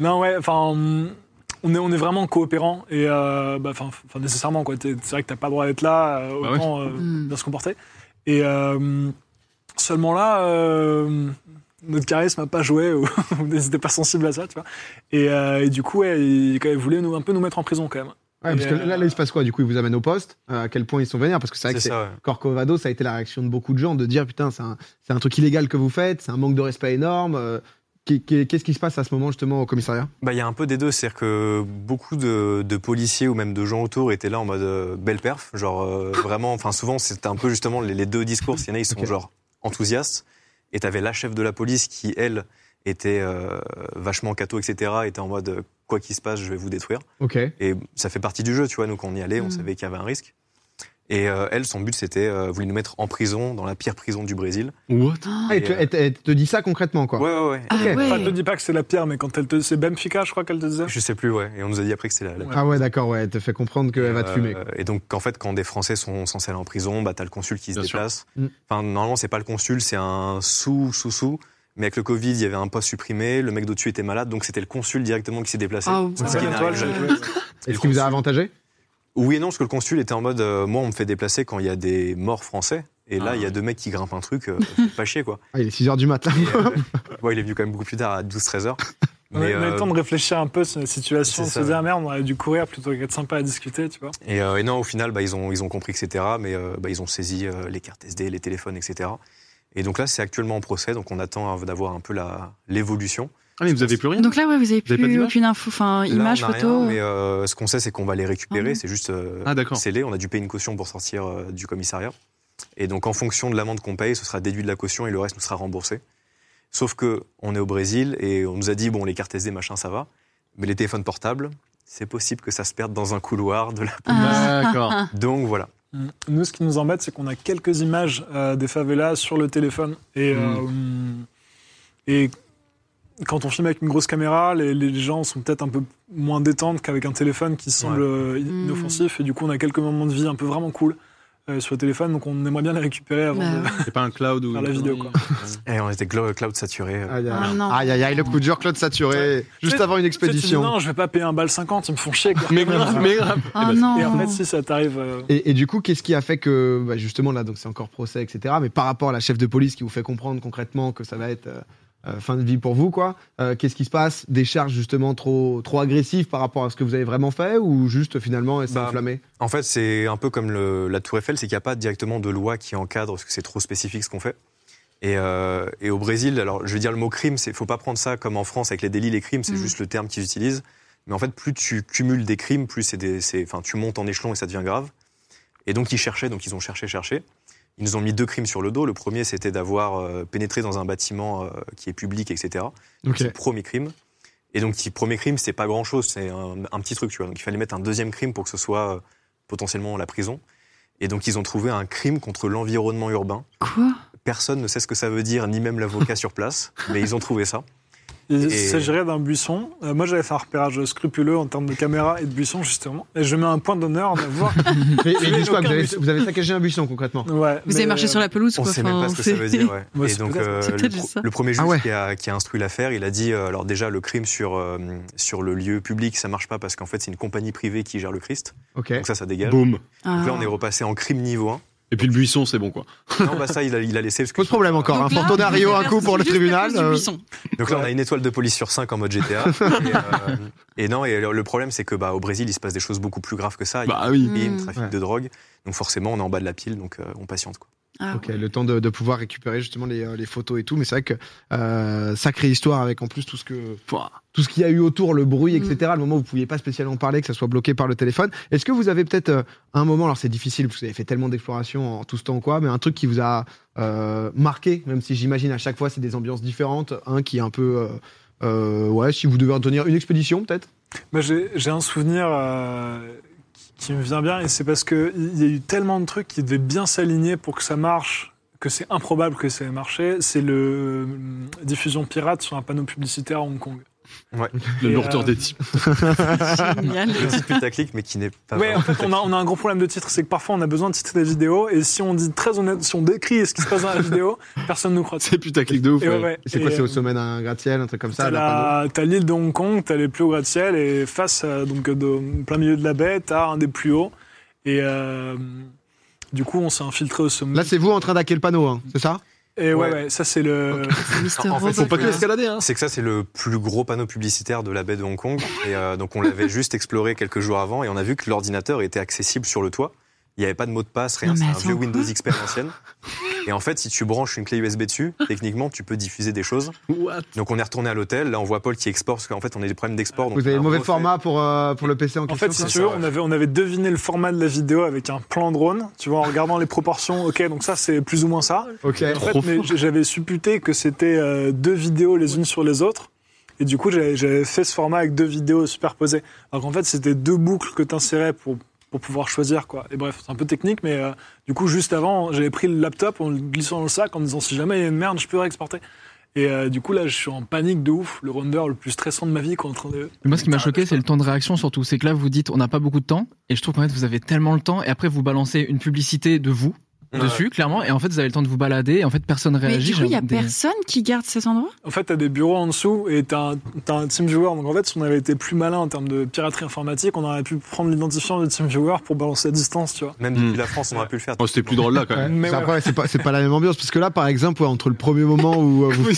Speaker 5: Non, ouais, enfin. hum, on est, on est vraiment coopérants et euh, bah, enfin enfin, nécessairement quoi. T'es- C'est vrai que t'as pas le droit d'être là, euh,
Speaker 4: Bah
Speaker 5: autant euh,
Speaker 3: Hmm.
Speaker 5: bien se comporter. Et euh, seulement là, euh, notre charisme n'a pas joué ou on n'était pas sensible à ça, tu vois. Et, euh, et du coup, ouais, il, quand même, voulait nous, un peu nous mettre en prison quand même.
Speaker 1: Ouais, parce que là, là, il se passe quoi Du coup, ils vous amènent au poste. euh, à quel point ils sont vénères Parce que c'est vrai que
Speaker 2: C'est
Speaker 1: c'est-
Speaker 2: ça, ouais.
Speaker 1: Corcovado, ça a été la réaction de beaucoup de gens de dire putain, c'est un, c'est un truc illégal que vous faites, c'est un manque de respect énorme. euh, qu'est- qu'est- Qu'est-ce qui se passe à ce moment justement au commissariat
Speaker 2: Bah, il y a un peu des deux, c'est-à-dire que beaucoup de, de policiers ou même de gens autour étaient là en mode euh, belle perf, genre euh, vraiment, enfin souvent c'était un peu justement les, les deux discours, il y en a ils sont
Speaker 1: Ok.
Speaker 2: genre enthousiastes, et t'avais la chef de la police qui elle était euh, vachement catho, etc., était en mode euh, quoi qu'il se passe, je vais vous détruire,
Speaker 1: Ok.
Speaker 2: et ça fait partie du jeu, tu vois, nous quand on y allait, on
Speaker 3: Mm.
Speaker 2: savait qu'il y avait un risque, et euh, elle, son but c'était, euh, voulait nous mettre en prison, dans la pire prison du Brésil.
Speaker 4: What
Speaker 1: Ah, elle, te,
Speaker 2: Et, euh,
Speaker 1: elle te- elle te dit ça concrètement quoi.
Speaker 2: Ouais, ouais, ouais.
Speaker 3: Ah
Speaker 1: Ok.
Speaker 3: ouais.
Speaker 5: Enfin, elle te dit pas que c'est la pierre, mais quand elle te, c'est Benfica, je crois qu'elle te disait.
Speaker 2: Je sais plus, ouais, et on nous a dit après que c'était la, la
Speaker 1: Ah ouais, d'accord, ouais, elle te fait comprendre qu'elle va te
Speaker 2: Euh,
Speaker 1: fumer. quoi.
Speaker 2: Et donc, en fait, quand des Français sont censés aller en prison, bah, t'as le consul qui se
Speaker 4: Bien sûr.
Speaker 2: déplace.
Speaker 1: Mm.
Speaker 2: Enfin, normalement, c'est pas le consul, c'est un sous-sous-sous. Mais avec le Covid, il y avait un poste supprimé, le mec d'au-dessus était malade, donc c'était le consul directement qui s'est déplacé.
Speaker 3: Ah, ouais.
Speaker 2: C'est ce qui
Speaker 5: Ouais,
Speaker 2: est
Speaker 5: toi,
Speaker 2: arrivé.
Speaker 5: je-
Speaker 3: ouais.
Speaker 1: Est-ce qu'il vous a
Speaker 2: consul-
Speaker 1: avantagé
Speaker 2: Oui et non, parce que le consul était en mode euh, moi, on me fait déplacer quand il y a des morts français. Et là,
Speaker 4: Ah.
Speaker 2: il y a deux mecs qui grimpent un truc, euh, fais pas chier quoi.
Speaker 1: Ah, il est 6h du matin.
Speaker 2: Et, euh, ouais, il est venu quand même beaucoup plus tard, à 12-13 heures.
Speaker 5: On a,
Speaker 2: Mais,
Speaker 5: on a eu
Speaker 2: euh,
Speaker 5: le temps de réfléchir un peu sur la situation,
Speaker 2: c'est
Speaker 5: de se
Speaker 2: ça,
Speaker 5: dire
Speaker 2: ouais.
Speaker 5: Ah, merde, on aurait dû courir plutôt qu'être sympa à discuter, tu vois.
Speaker 2: Et, euh, et non, au final, bah, ils, ont, ils ont compris, etc. Mais euh, bah, ils ont saisi euh, les cartes SD, les téléphones, etc. Et donc là, c'est actuellement en procès, donc on attend euh, d'avoir un peu la- l'évolution.
Speaker 4: Ah, mais vous avez plus rien
Speaker 3: Donc là, ouais, vous avez
Speaker 4: Vous avez pas
Speaker 3: plus
Speaker 4: d'image
Speaker 3: aucune info, enfin,
Speaker 2: Là,
Speaker 3: image,
Speaker 2: on a
Speaker 3: photo.
Speaker 2: rien, mais euh, ce qu'on sait, c'est qu'on va les récupérer.
Speaker 3: Ah.
Speaker 2: C'est juste euh,
Speaker 4: Ah, d'accord.
Speaker 2: scellé. On a dû payer une caution pour sortir euh, du commissariat. Et donc, en fonction de l'amende qu'on paye, ce sera déduit de la caution et le reste nous sera remboursé. Sauf que on est au Brésil et on nous a dit bon, les cartes SD, machin, ça va. Mais les téléphones portables, c'est possible que ça se perde dans un couloir de la.
Speaker 4: D'accord.
Speaker 3: Ah.
Speaker 2: Donc voilà.
Speaker 5: Mm. Nous, ce qui nous embête, c'est qu'on a quelques images euh, des favelas sur le téléphone. Et, euh, et quand on filme avec une grosse caméra, les, les gens sont peut-être un peu moins détendus qu'avec un téléphone qui semble
Speaker 2: Ouais.
Speaker 5: euh, inoffensif. Et du coup, on a quelques moments de vie un peu vraiment cool euh, sur le téléphone. Donc, on aimerait bien les récupérer avant
Speaker 3: Bah,
Speaker 5: de
Speaker 4: C'est pas un cloud ou.
Speaker 5: faire la vidéo. Quoi.
Speaker 2: Et on était glo- cloud saturé. euh,
Speaker 1: Aïe, aïe,
Speaker 3: Ah, non.
Speaker 1: aïe, aïe, aïe, le coup dur, Claude Saturé, juste
Speaker 5: C'est-
Speaker 1: avant une
Speaker 5: Tu sais, tu dis,
Speaker 1: expédition.
Speaker 5: non, je vais pas payer un bal 50, ils me font chier. Quoi.
Speaker 4: Mais grave, mais grave. Eh
Speaker 3: Ah
Speaker 4: ben,
Speaker 3: non.
Speaker 5: Et en fait, si ça t'arrive. euh,
Speaker 1: Et, et du coup, qu'est-ce qui a fait que, bah, justement, là, donc c'est encore procès, etc. Mais par rapport à la chef de police qui vous fait comprendre concrètement que ça va être euh, euh, fin de vie pour vous, quoi, euh, qu'est-ce qui se passe Des charges, justement, trop, trop agressives par rapport à ce que vous avez vraiment fait ou juste, finalement, elle s'est
Speaker 2: Bah,
Speaker 1: enflammée
Speaker 2: En fait, c'est un peu comme le- la Tour Eiffel, c'est qu'il n'y a pas directement de loi qui encadre, parce que c'est trop spécifique ce qu'on fait. Et, euh, et au Brésil, alors je vais dire le mot crime, il faut pas prendre ça comme en France avec les délits, les crimes, c'est
Speaker 3: Mhm.
Speaker 2: juste le terme qu'ils utilisent. Mais en fait, plus tu cumules des crimes, plus c'est des- c'est- enfin, tu montes en échelon et ça devient grave. Et donc ils cherchaient, donc ils ont cherché, cherché. Ils nous ont mis deux crimes sur le dos. Le premier, c'était d'avoir euh, pénétré dans un bâtiment euh, qui est public, etc.
Speaker 1: Ok.
Speaker 2: C'est le premier crime. Et donc, petit premier crime, c'est pas grand chose, c'est un, un petit truc, tu vois. Donc, il fallait mettre un deuxième crime pour que ce soit euh, potentiellement la prison. Et donc, ils ont trouvé un crime contre l'environnement urbain.
Speaker 3: Quoi
Speaker 2: Personne ne sait ce que ça veut dire, ni même l'avocat sur place, mais ils ont trouvé ça.
Speaker 5: Il
Speaker 2: Et-
Speaker 5: s'agirait d'un buisson. Euh, moi, j'avais fait un repérage scrupuleux en termes de caméra et de buisson, justement. Et je mets un point d'honneur d'avoir.
Speaker 1: Mais, mais
Speaker 5: Mais
Speaker 1: dis-toi,
Speaker 5: aucun
Speaker 1: vous avez,
Speaker 5: buisson.
Speaker 1: vous avez saccagé un buisson, concrètement.
Speaker 5: Ouais,
Speaker 3: Vous avez marché sur la pelouse,
Speaker 2: On
Speaker 3: quoi.
Speaker 2: sait même
Speaker 3: enfin,
Speaker 2: pas ce que
Speaker 3: c'est-
Speaker 2: ça veut dire. ouais.
Speaker 5: Moi,
Speaker 2: et
Speaker 5: c'est
Speaker 2: donc,
Speaker 5: peut-être-
Speaker 2: euh,
Speaker 3: c'est
Speaker 2: le,
Speaker 3: peut-être
Speaker 2: pro-
Speaker 3: ça.
Speaker 2: le premier juge
Speaker 1: Ah ouais.
Speaker 2: qui, a, qui a instruit l'affaire, il a dit euh, alors déjà, le crime sur, euh, sur le lieu public, ça marche pas parce qu'en fait, c'est une compagnie privée qui gère le Christ.
Speaker 1: Ok.
Speaker 2: Donc, ça, ça dégage.
Speaker 4: Boum.
Speaker 2: Donc là,
Speaker 3: Ah.
Speaker 2: on est repassé en crime niveau 1.
Speaker 4: Et puis le buisson, c'est bon, quoi.
Speaker 2: Non, bah ça, il a, il a laissé. parce que-
Speaker 1: Pose problème encore.
Speaker 3: Donc
Speaker 1: Hein.
Speaker 3: là,
Speaker 1: Fortunario,
Speaker 3: vous
Speaker 1: un
Speaker 3: avez
Speaker 1: coup pour le
Speaker 3: juste à
Speaker 1: tribunal.
Speaker 3: cause du
Speaker 1: euh,
Speaker 3: buisson.
Speaker 2: Donc là, on a
Speaker 5: Ouais.
Speaker 2: une étoile de police sur 5 en mode GTA. et, euh, et non, et le le problème, c'est que bah, au Brésil, il se passe des choses beaucoup plus graves que ça. Il y a
Speaker 4: Bah oui.
Speaker 2: des crimes,
Speaker 3: Mm.
Speaker 2: trafic
Speaker 1: Ouais.
Speaker 2: de drogue. Donc forcément, on est en bas de la pile, donc euh, on patiente. Quoi.
Speaker 3: Ah,
Speaker 1: Ok, le temps de, de pouvoir récupérer justement les, euh, les photos et tout, mais c'est vrai que euh, sacrée histoire avec en plus tout ce que
Speaker 4: Pouah.
Speaker 1: tout ce qu'il y a eu autour, le bruit,
Speaker 3: Mm.
Speaker 1: etc. Le moment où vous pouviez pas spécialement parler, que ça soit bloqué par le téléphone. Est-ce que vous avez peut-être euh, un moment, alors c'est difficile parce que vous avez fait tellement d'explorations en tout ce temps quoi, mais un truc qui vous a euh, marqué, même si j'imagine à chaque fois c'est des ambiances différentes, un qui est un peu euh, euh, ouais, si vous devez retenir une expédition peut-être.
Speaker 5: Moi, j'ai j'ai un souvenir euh, qui, qui me vient bien, et c'est parce qu'il y a eu tellement de trucs qui devaient bien s'aligner pour que ça marche, que c'est improbable que ça ait marché. C'est le euh, diffusion pirate sur un panneau publicitaire à Hong Kong.
Speaker 2: Ouais.
Speaker 4: Le
Speaker 5: Et,
Speaker 4: lourdeur
Speaker 5: euh,
Speaker 4: des types.
Speaker 3: Génial.
Speaker 2: Petit putaclic, mais qui n'est pas.
Speaker 5: Ouais,
Speaker 2: vraiment
Speaker 5: en fait, on a, on a un gros problème de titre, c'est que parfois on a besoin de titrer des vidéos, et si on dit très honnête, si on décrit ce qui se passe dans la vidéo, personne ne nous croit.
Speaker 4: C'est putaclic de ouf.
Speaker 5: Et ouais,
Speaker 4: ouais.
Speaker 5: ouais.
Speaker 1: C'est quoi,
Speaker 5: Et,
Speaker 1: c'est au
Speaker 5: euh,
Speaker 1: sommet d'un gratte-ciel, un truc comme ça
Speaker 5: T'as
Speaker 1: à la
Speaker 5: la- t'as l'île de Hong Kong, t'as les plus hauts gratte-ciel, et face, euh, donc de, plein milieu de la baie, t'as un des plus hauts. Et euh, du coup, on s'est infiltré au
Speaker 1: panneau.
Speaker 5: sommet.
Speaker 1: Là, c'est vous en train d'hacker le panneau, hein, c'est ça
Speaker 5: et ouais,
Speaker 2: Ouais.
Speaker 5: ouais, ça c'est le.
Speaker 3: Mister
Speaker 2: En fait,
Speaker 3: Robot,
Speaker 2: faut pas que
Speaker 3: là.
Speaker 1: l'escalader, hein.
Speaker 2: C'est que ça, c'est le plus gros panneau publicitaire de la baie de Hong Kong. Et euh, donc, on l'avait juste exploré quelques jours avant et on a vu que l'ordinateur était accessible sur le toit. Il n'y avait pas de mot de passe, rien.
Speaker 3: Non,
Speaker 2: C'est
Speaker 3: mais
Speaker 2: un
Speaker 3: attends,
Speaker 2: vieux
Speaker 3: quoi
Speaker 2: Windows XP à l'ancienne. Et en fait, si tu branches une clé USB dessus, techniquement, tu peux diffuser des choses.
Speaker 4: What
Speaker 2: Donc, on est retourné à l'hôtel. Là, on voit Paul qui exporte parce qu'en fait, on a des problèmes d'export. donc
Speaker 1: Vous avez
Speaker 2: on a
Speaker 1: mauvais
Speaker 2: refait-
Speaker 1: format pour, euh, pour le PC en
Speaker 5: En
Speaker 1: question.
Speaker 5: fait, si
Speaker 1: quoi.
Speaker 5: tu veux,
Speaker 2: ça, ouais.
Speaker 5: on avait, on avait deviné le format de la vidéo avec un plan drone, tu vois, en regardant les proportions. Ok, donc ça c'est plus ou moins ça.
Speaker 1: Ok.
Speaker 5: En
Speaker 4: Trop
Speaker 5: fait, mais
Speaker 4: fort.
Speaker 5: j- j'avais supputé que c'était euh, deux vidéos les unes sur les autres. Et du coup, j'avais- j'avais fait ce format avec deux vidéos superposées. Alors qu'en fait, c'était deux boucles que t'insérais pour, pour pouvoir choisir, quoi. Et bref, c'est un peu technique, mais euh, du coup, juste avant, j'avais pris le laptop en le glissant dans le sac en me disant si jamais il y a une merde, je peux réexporter. Et euh, du coup, là, je suis en panique de ouf. Le render le plus stressant de ma vie, quoi, en train de.
Speaker 6: Mais Moi, ce qui m'a
Speaker 5: Ça
Speaker 6: choqué,
Speaker 5: reste
Speaker 6: c'est le temps de réaction surtout. C'est que là, vous dites, on n'a pas beaucoup de temps, et je trouve qu'en fait, vous avez tellement le temps, et après, vous balancez une publicité de vous
Speaker 2: Ouais.
Speaker 6: dessus, clairement, et en fait, vous avez le temps de vous balader, et en fait, personne
Speaker 3: Mais
Speaker 6: réagit.
Speaker 3: du coup, il y a
Speaker 6: j'ai des-
Speaker 3: personne qui garde cet endroit
Speaker 5: En fait, t'as des bureaux en dessous et t'as un, t'as un TeamViewer. Donc en fait, si on avait été plus malin en termes de piraterie informatique, on aurait pu prendre l'identifiant de TeamViewer pour balancer à distance, tu vois.
Speaker 2: Même depuis
Speaker 4: Mm.
Speaker 2: la France, on aurait pu le faire.
Speaker 4: Oh, C'était plus drôle là quand
Speaker 1: Ouais,
Speaker 4: même.
Speaker 5: Mais
Speaker 1: c'est
Speaker 5: ouais.
Speaker 1: après, c'est pas, c'est pas la même ambiance, parce que là, par exemple, ouais, entre le premier moment où euh, vous,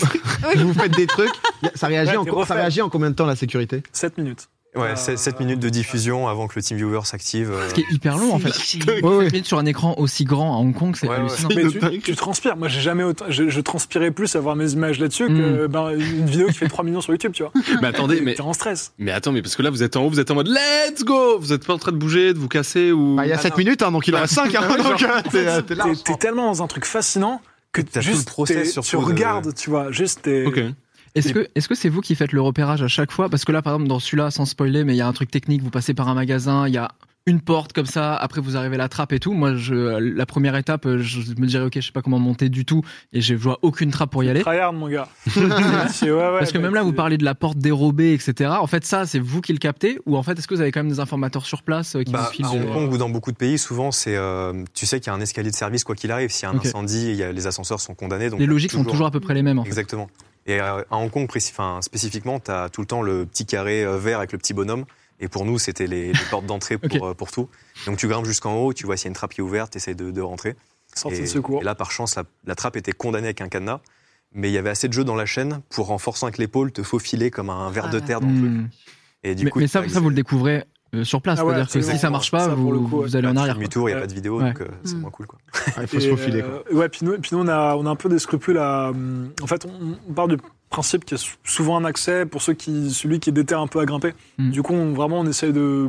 Speaker 1: vous faites des trucs, y a- ça réagit,
Speaker 5: Ouais,
Speaker 1: en,
Speaker 5: t'es
Speaker 1: co- ça
Speaker 5: refait.
Speaker 1: réagit en combien de temps la sécurité
Speaker 5: 7 minutes.
Speaker 2: Ouais,
Speaker 5: Euh,
Speaker 2: 7 minutes de diffusion avant que le TeamViewer s'active. euh.
Speaker 6: Ce qui est hyper long, en fait.
Speaker 3: C'est
Speaker 1: Oui, oui.
Speaker 6: Minutes Sur un écran aussi grand à Hong Kong, c'est
Speaker 2: Ouais, ouais.
Speaker 6: hallucinant.
Speaker 5: Mais
Speaker 4: de
Speaker 5: tu,
Speaker 4: dingue.
Speaker 5: tu transpires. Moi, j'ai jamais autant. Je, je transpirais plus à voir mes images là-dessus que ben, une vidéo qui fait 3 millions sur YouTube, tu vois.
Speaker 4: Mais attendez, mais
Speaker 5: T'es en stress.
Speaker 4: Mais attends, mais parce que là, vous êtes en haut, vous êtes en mode Let's go Vous êtes pas en train de bouger, de vous casser ou.
Speaker 1: Bah, Il y a
Speaker 2: Ah,
Speaker 1: 7
Speaker 2: non.
Speaker 1: minutes, hein, donc il en reste 5.
Speaker 5: Ah
Speaker 1: Hein, donc, euh, t'es- euh, t'es
Speaker 5: T'es
Speaker 1: large.
Speaker 5: t'es tellement dans un truc fascinant que
Speaker 2: T'as tout le
Speaker 5: juste
Speaker 2: process
Speaker 5: t'es-
Speaker 2: surtout
Speaker 5: tu
Speaker 2: de-
Speaker 5: regardes, tu vois. Juste t'es.
Speaker 4: Ok.
Speaker 6: Est-ce que est-ce que c'est vous qui faites le repérage à chaque fois Parce que là, par exemple, dans celui-là, sans spoiler, mais il y a un truc technique. Vous passez par un magasin, il y a une porte comme ça. Après, vous arrivez à la trappe et tout. Moi, je, la première étape, je me dirais, ok, je sais pas comment monter du tout, et je vois aucune trappe pour y aller.
Speaker 5: Tryhard, mon gars. C'est- ouais, ouais,
Speaker 6: Parce que
Speaker 5: bah,
Speaker 6: même là,
Speaker 5: tu-
Speaker 6: vous parlez de la porte dérobée, etc. En fait, ça, c'est vous qui le captez Ou en fait, est-ce que vous avez quand même des informateurs sur place euh, qui vous
Speaker 2: Bah,
Speaker 6: filent
Speaker 2: à
Speaker 6: de-
Speaker 2: Hong Kong ou dans beaucoup de pays, souvent, c'est, euh, tu sais qu'il y a un escalier de service, quoi qu'il arrive. S'il y a un
Speaker 6: Ok.
Speaker 2: incendie, il y a- les ascenseurs sont condamnés. Donc
Speaker 6: Les logiques sont toujours à peu près les mêmes. en fait.
Speaker 2: Exactement. Et euh, à Hong Kong, précis- enfin, spécifiquement, tu as tout le temps le petit carré euh, vert avec le petit bonhomme. Et pour nous, c'était les, les portes d'entrée pour,
Speaker 6: Ok.
Speaker 2: euh, pour tout. Donc tu grimpes jusqu'en haut, tu vois s'il y a une trappe qui est ouverte, tu essaies de, de rentrer.
Speaker 5: Sortie
Speaker 2: et,
Speaker 5: de secours.
Speaker 2: et là, par chance, la, la trappe était condamnée avec un cadenas. Mais il y avait assez de jeu dans la chaîne pour, en forçant avec l'épaule, te faufiler comme un verre
Speaker 3: Ah
Speaker 2: de
Speaker 3: là.
Speaker 2: terre dans le truc.
Speaker 6: Hmm.
Speaker 2: Et du
Speaker 6: Mais,
Speaker 2: coup, bah,
Speaker 6: mais
Speaker 2: tu
Speaker 6: ça,
Speaker 2: as
Speaker 6: ça, vous le
Speaker 2: accès-
Speaker 6: découvrirez euh, sur place.
Speaker 5: Ah ouais,
Speaker 6: C'est-à-dire que si ça
Speaker 5: exactement.
Speaker 6: marche pas,
Speaker 5: Ça, pour le
Speaker 6: vous,
Speaker 5: coup, ouais.
Speaker 6: vous allez en
Speaker 2: tu fais
Speaker 6: arrière. quoi.
Speaker 2: demi-tour, il n'y a
Speaker 5: Ouais.
Speaker 2: pas de vidéo,
Speaker 6: Ouais.
Speaker 2: donc euh, c'est
Speaker 3: Mm.
Speaker 2: moins cool. Quoi.
Speaker 1: Ah, Il faut se faufiler. quoi.
Speaker 5: euh, ouais, puis nous, puis nous, on, a, on a un peu des scrupules à. hum, En fait, on, on part du principe qu'il y a sou- souvent un accès pour ceux qui, celui qui est déter un peu à grimper.
Speaker 6: Mm.
Speaker 5: Du coup, on- vraiment, on essaie de